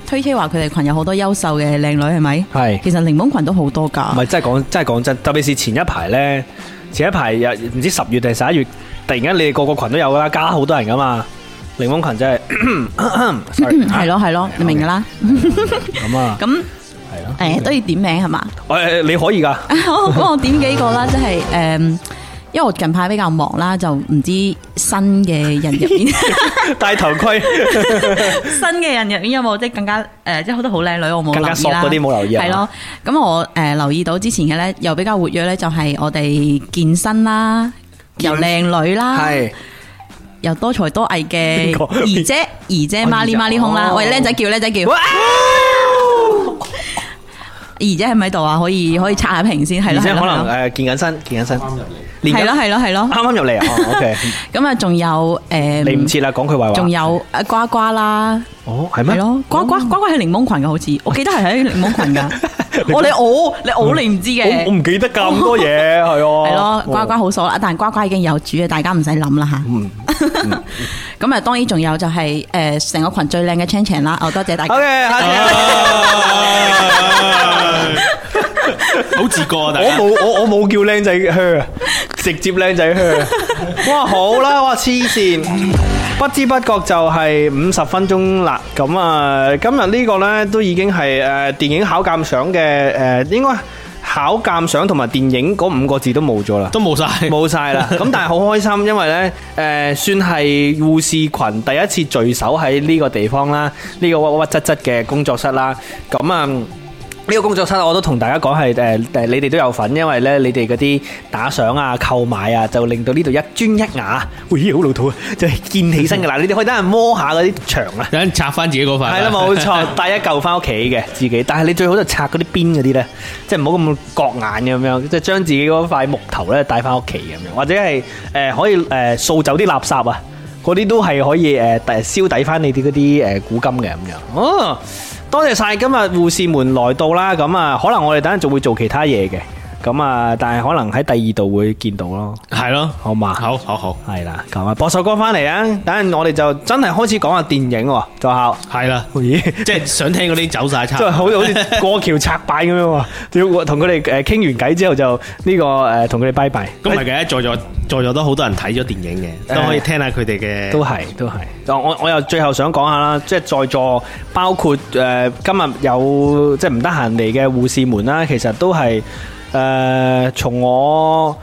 S7: 推車話佢哋群有好多優秀嘅靚女係咪？
S1: 係。
S7: 其實檸檬群都好多㗎。
S1: 唔係真係講真係講真，特別是前一排呢，前一排又唔知十月定十一月，突然間你哋個個群都有啦，加好多人噶嘛。檸檬群真係
S7: [coughs]
S1: sorry，
S7: 係咯係咯，你明㗎啦。
S1: 咁啊，
S7: 咁誒都要點名係嘛？
S1: 誒你可以
S7: [laughs]
S1: 㗎，
S7: 我幫我點幾個啦，即係誒。嗯因為我近排比較忙啦，就唔知新嘅人入
S1: [laughs]
S7: 面，
S1: 戴頭盔
S7: 新嘅人入面有冇即係更加誒、呃即係好多好靚女，我冇
S1: 更加索嗰啲冇留意啊
S7: 係咯，咁我誒、呃留意到之前嘅咧，又比較活躍咧，就係我哋健身啦，又靚女啦，
S1: 係
S7: 又多才多藝嘅
S1: 邊個
S7: 姨姐，姨姐
S1: 哦
S7: 孖
S1: 姨姐
S7: 哩孖哩空啦，
S1: 哦
S7: 喂，靚仔叫，靚仔叫。 [laughs] 姨姐喺咪喺度啊？可以可以刷下屏先，係
S1: [laughs] 而
S7: 咯，
S1: 且
S7: 係
S1: 可
S7: 咯係
S1: 能呃
S7: 咯
S1: 誒健緊身，健緊身，練緊
S7: 係咯係咯係咯，
S1: 啱啱入嚟啊哦，OK，
S7: [laughs] 咁啊，仲有誒，
S1: 嚟唔切啦，講佢壞話。
S7: 仲有誒瓜瓜啦，
S1: 哦，係
S7: 係
S1: 咩？
S7: 咯，瓜瓜瓜瓜係檸檬群嘅，好似我記得係喺檸檬
S1: [laughs]
S7: 群噶。我你我你我你唔知
S1: 我我
S7: 嘅，
S1: 唔記得㗎咁
S7: [laughs]
S1: 多嘢，係啊哦喎。
S7: 係咯，瓜瓜好傻啦，但瓜瓜已經有主嘅，大家唔使諗啦吓。 [laughs] 咁啊，當然仲有就係誒成個群最靚嘅 Chan Chan 啦，哦多謝大家。
S1: OK，下 [laughs]
S7: [laughs]
S2: 好自覺啊！大
S1: 我
S2: 家
S1: 冇我我冇叫靚仔
S2: [laughs]
S1: 靴啊，直接靚仔靴啊。哇，好啦，哇黐線，不知不覺就係五十分鐘啦。咁啊，今日呢個呢，都已經係誒電影考鑑賞嘅誒，應該考鑑賞同埋電影嗰五個字都冇
S2: [laughs]
S1: 咗啦。
S2: 都冇晒，
S1: 冇晒啦， [laughs] 咁但係好開心，因為呢，誒、算係護士群第一次聚首喺呢個地方啦，呢、個屈屈質質嘅工作室啦，咁啊。呢個工作室我都同大家講係誒誒，你哋都有份，因為咧你哋嗰啲打賞啊、購買啊，就令到呢度一磚一瓦，咦好老土啊，就係建起 [laughs] 身嘅啦。你哋可以等人摸下嗰啲牆啊，
S2: 有人拆翻自己嗰塊。
S1: 係啦，冇 [laughs] 錯，帶一嚿翻屋企嘅自己，但係你最好就拆嗰啲邊嗰啲咧，即係唔好咁割眼咁樣，即係將自己嗰塊木頭咧帶翻屋企咁樣，或者係誒、呃可以誒、呃、掃走啲垃圾啊，嗰啲都係可以誒、呃、消抵翻你哋嗰啲誒呃古金嘅咁樣。哦，多謝晒今日護士們來到啦，咁啊，可能我哋等陣仲會做其他嘢嘅，咁啊，但係可能喺第二度會見到咯。
S2: 係咯，
S1: 好嘛，
S2: 好好好，
S1: 係啦，咁啊，播首歌翻嚟啊，等陣我哋就真係開始講下電影喎，在校。
S2: 係啦，
S1: 咦？
S2: 即係想聽嗰啲走晒差
S1: 即。係好好似過橋拆板咁樣喎，仲要同佢哋誒傾完偈之後就呢個誒同佢哋拜拜，
S2: 咁唔係嘅，在座在座都好多人睇咗電影嘅，都可以聽下佢哋嘅。
S1: 都係都係。我我又最後想講下啦，即係在座包括誒、呃今日有即係唔得閒嚟嘅護士們啦，其實都係誒、呃、從我。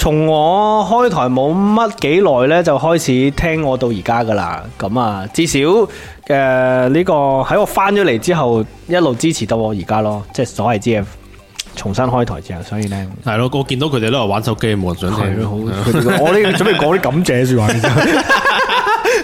S1: 從我開台冇乜幾耐呢，就開始聽我到而家噶啦。咁啊，至少誒呢、個喺我翻咗嚟之後，一路支持到我而家咯，即係所謂之嘅重新開台之後，所以呢。
S2: 係咯，我見到佢哋都係玩手機，冇人想
S1: 係
S2: 聽。
S1: 咯，好，佢哋個我呢準備講啲感謝説話其實。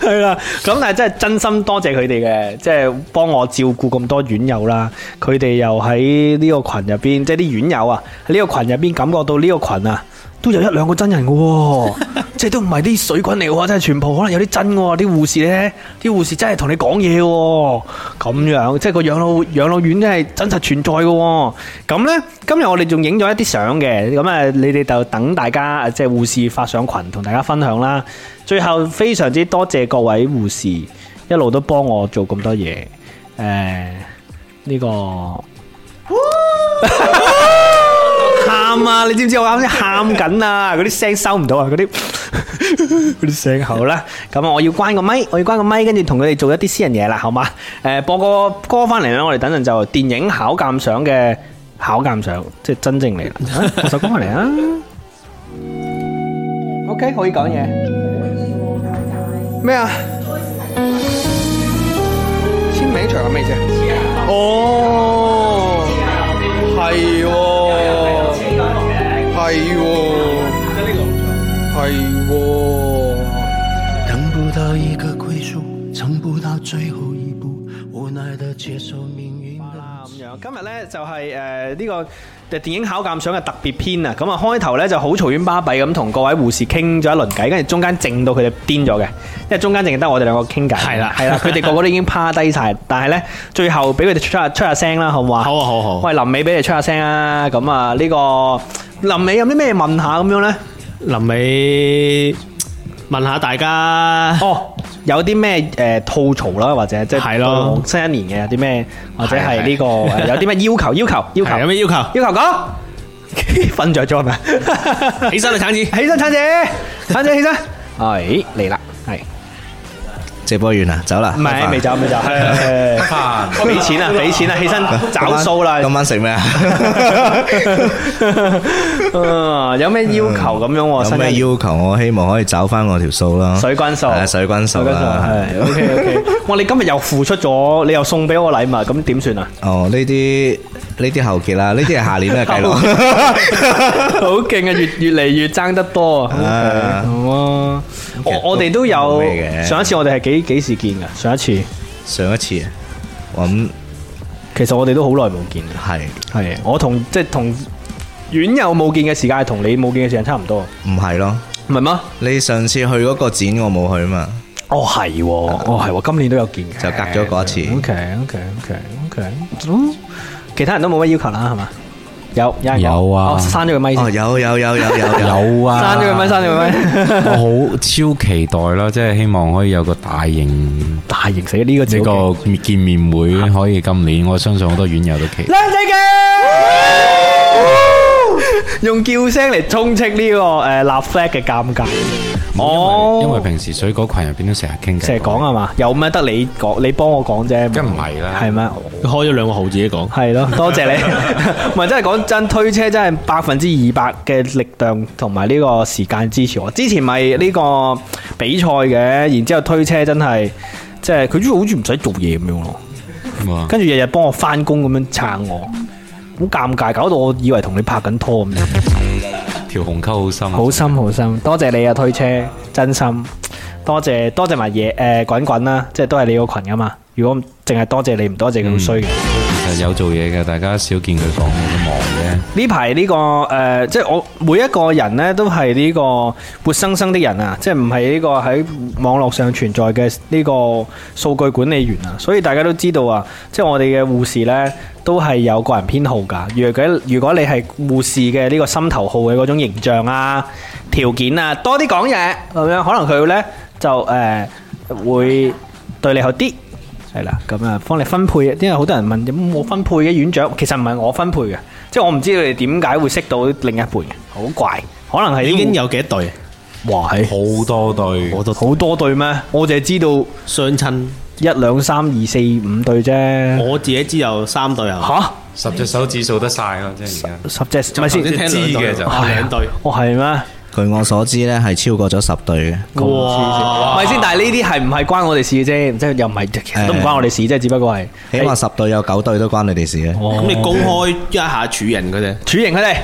S1: 係啦，咁但係真係真心多謝佢哋嘅，即係幫我照顧咁多院友啦。佢哋又喺呢個群入邊，即係啲院友啊，喺呢個群入邊感覺到呢個群啊，都有一兩個真人嘅喎，即係都唔係啲水軍嚟嘅喎，真係全部可能有啲真喎。啲護士呢，啲護士真係同你講嘢喎，咁樣即係個養老養老院真係真實存在嘅喎。咁呢，今日我哋仲影咗一啲相嘅，咁啊，你哋就等大家啊即係護士發上群同大家分享啦。最後非常之多謝各位護士，一路都幫我做咁多嘢。誒、呢、個 [laughs] 喊啊！你知唔知我啱先喊緊啊？嗰啲聲收唔到啊！嗰啲嗰啲聲好啦，咁啊，我要關個咪，我要關個咪，跟住同佢哋做一啲私人嘢啦，好嘛？誒、播個歌翻嚟啦，我哋等陣就電影考鑑賞嘅考鑑賞，即係真正嚟啦。啊播首歌翻嚟啊！OK，可以講嘢。咩啊？簽名場係咩啫？哦，係喎，係喎，係喎。
S11: 等不到一个归宿，撑不到最后一步，无奈的接受命运的。
S1: 咁樣，今日咧就係誒呢個呃電影考鑑賞嘅特別篇啊！咁啊開頭咧就好嘈冤巴閉咁同各位護士傾咗一輪偈，跟住中間靜到佢哋癲咗嘅，因為中間淨係得我哋兩個傾偈。係啦，係啦，佢哋個個都已經趴低晒，但係咧最後俾佢哋出下出下聲啦，好唔好啊？
S2: 好啊，好好。
S1: 喂，臨尾俾你出下聲啊！咁啊，呢個臨尾有啲咩問下咁樣咧？
S2: 臨尾問下大家，
S1: 哦，有啲咩誒吐槽啦，或者即係
S2: 係咯
S1: 對新一年嘅有啲咩，或者係呢個
S2: 係係
S1: 誒有啲咩要求？要求要求
S2: 係有咩
S1: [laughs]
S2: 要求？
S1: 要求講，瞓着咗係咪？
S2: 起身啦，橙
S1: [laughs]
S2: 子，
S1: 起身，橙子，橙子起身，係嚟啦，係。
S3: 直播完啦，走啦，
S1: 唔係，未走未走，係係 [laughs] 俾錢啦，俾錢啦，起身找數啦。
S3: 今晚食咩
S1: [laughs]
S3: 啊？[laughs]
S1: 啊有咩要求咁樣喎？
S3: 有
S1: 哦新一
S3: 咩
S1: 年
S3: 要求？我希望可以找翻我條數啦，
S1: 水軍數
S3: 係啊水軍數
S1: 水軍數
S3: 啦，
S1: 係 OK [laughs] OK。哇！你今日又付出咗，你又送俾我禮物，咁點算啊？
S3: 哦，呢啲呢啲後結啦，呢啲係下
S1: [laughs]
S3: 年嘅計落。
S1: 好勁啊！越越嚟越爭得多啊！好啊，我我哋都有
S3: 冇咩嘅
S1: 上一次我哋係幾幾時見噶？上一次
S3: 上一次咁，
S1: 其實我哋都好耐冇見啦。
S3: 係
S1: 係，我同即係同院友冇見嘅時間，係同你冇見嘅時間差唔多。
S3: 唔係咯？
S1: 唔係嗎？
S3: 你上次去嗰個展我冇去嘛？
S1: 哦係喎，哦係喎，今年都有見嘅，
S3: 就隔咗嗰一次。
S1: OK OK OK OK，其他人都冇乜要求啦，係嘛？有有人講
S10: 有啊
S1: 哦刪咗個咪先
S3: 哦，有有有有有
S10: 有啊，
S1: 刪咗個咪，刪咗
S3: [laughs]
S1: 個咪。
S10: 我好超期待啦，即係希望可以有個大型
S1: 大型死呢個
S10: 呢個見面會可以今年，我相信好多院友都期
S1: 靚仔嘅，用叫聲嚟充斥呢個誒立 flag 嘅尷尬。
S10: 哦，因為平時水果群入邊都成日傾偈，
S1: 成日講係嘛？有咩得你講？你幫我講啫，
S10: 梗唔係啦，
S1: 係咩？
S2: 開咗兩個號自己講，
S1: 係咯，多謝你。唔係真係講真，推車真係百分之二百嘅力量同埋呢個時間支持我。之前咪呢個比賽嘅，然之後推車真係即係佢好似唔使做嘢咁樣咯，
S10: 哇
S1: 跟住日日幫我翻工咁樣撐我，好尷尬，搞到我以為同你拍緊拖咁樣。
S10: 條紅溝好深啊，
S1: 好心好心，多謝你啊推車，真心多謝多謝埋嘢誒滾滾啦，即係都係你個群噶嘛。如果唔淨係多謝你唔多謝佢好衰嘅。
S10: 其實有做嘢嘅，大家少見佢講嘢都忙嘅。
S1: 呢排呢個誒、呃即係我每一個人呢，都係呢個活生生的人啊，即係唔係呢個喺網絡上存在嘅呢個數據管理員啊，所以大家都知道啊，即係我哋嘅護士呢，都係有個人偏好㗎。如果如果你係護士嘅呢個心頭好嘅嗰種形象啊、條件啊，多啲講嘢咁樣，可能佢呢就誒、呃、會對你好啲。係啦，咁啊，幫你分配，因為好多人問咁我分配嘅院長，其實唔係我分配嘅，即係我唔知你哋點解會識到另一半嘅，好怪，可能係
S2: 已經有幾多對？
S1: 哇，係
S10: 好多對，
S1: 好多好多對咩？我淨係知道
S2: 相親，
S1: 一兩三二四五對啫，
S2: 我自己知有三對啊。
S1: 吓
S10: 十隻手指數得晒咯，即係而家。
S1: 十隻咪先
S2: 頭先聽兩對
S10: 就啊
S2: 係兩對。
S1: 哦係咩？
S3: 據我所知咧，係超過咗十對嘅。
S2: 哇！
S1: 咪先，但係呢啲係唔係關我哋事嘅啫，即係又唔係，其實都唔關我哋事，即係只不過係
S3: 起碼十對有九對都關你哋事嘅。
S10: 哦
S2: 咁你公開一下處人佢哋，
S1: 處刑佢哋。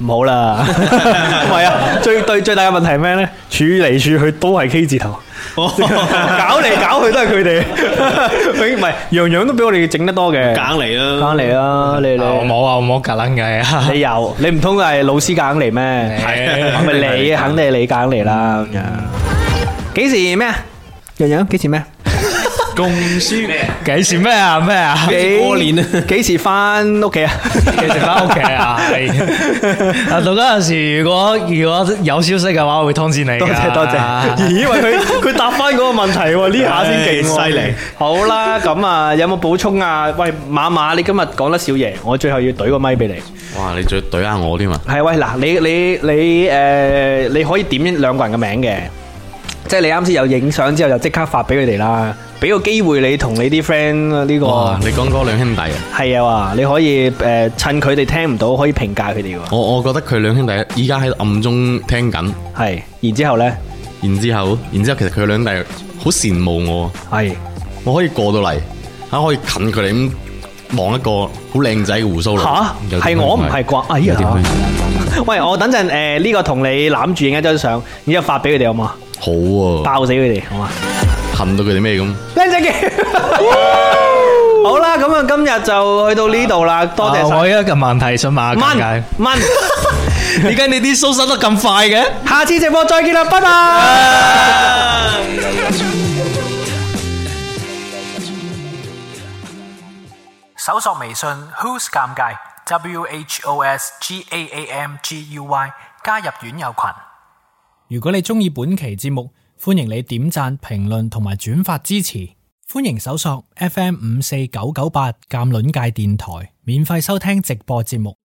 S1: 唔好啦， [laughs] 唔係啊，最對最大嘅問題係咩呢？處嚟處去都係 K 字頭， [laughs] 搞嚟搞去都係佢哋， [laughs] 永唔係樣樣都比我哋整得多嘅，
S2: 揀嚟啦，
S1: 揀嚟啦，你
S4: 我
S1: 你
S4: 冇啊，我冇格撚計 [laughs] 啊。
S1: 你有，你唔通係老師揀嚟咩？係咪你肯定係你揀嚟啦咁樣？幾時咩啊？樣樣幾時咩？
S2: 供書
S4: 幾時咩啊咩啊？
S1: 幾
S2: 過年啊
S1: 幾時翻屋企啊？
S4: 幾時翻屋
S1: [laughs]
S4: 企
S1: à,
S4: 啊？係啊，到嗰陣時，如果如果有消息嘅話，我會通知你㗎。
S1: [laughs] 多謝多
S4: À,
S1: 謝，
S10: [laughs]
S1: 咦喂佢佢答翻嗰個問題喎，呢下先勁喎
S2: 唉犀利。
S1: 好啦，咁啊，有冇補充啊？喂，馬馬，你今日講得少嘢，我最後要懟個咪俾你。
S10: 哇！你仲要懟下我添啊！
S1: 係喂，嗱，你你你誒、你可以點兩個人嘅名嘅，即係你啱先有影相之後就即刻發俾佢哋啦，俾個機會你同你啲 friend 呃呢
S10: 哇！
S1: 個
S10: 你講嗰兩兄弟啊！
S1: 係啊，你可以誒、趁佢哋聽唔到，可以評價佢哋喎。
S10: 我我覺得佢兩兄弟依家喺暗中聽緊，
S1: 係，然之後咧
S10: 然之後，然之後其實佢兩弟好羨慕我，啊
S1: 係。
S10: 我可以過到嚟，嚇可以近佢哋咁望一個好靚仔嘅胡鬚佬。
S1: 吓
S10: 有啲
S1: 係我唔係啩哎呀
S10: 有啲虛偽
S1: 喂，我等陣誒呢個同你攬住影一張相，然之後發俾佢哋好嘛？
S10: 好
S4: 啊
S10: 喎，
S1: 爆死佢哋好嘛？
S10: 恨到佢哋咩咁？
S1: 靚仔嘅，好啦，咁啊今日就去到呢度啦，多謝
S4: 啊
S1: 晒
S4: 我。有一個問題想問下格
S1: 蚊
S4: 計，
S1: 蚊，
S4: [laughs] 點解你啲須生得咁快嘅？
S1: 下次直播再見啦，拜拜。
S12: 搜索微信 Who's 尷尬 W H O S G A A M G U Y 加入院友群。如果你中意本期節目，
S6: 歡迎你點讚、評論同埋轉發支持。歡迎搜索 FM 五四九九八鑑論界電台，免費收聽直播節目。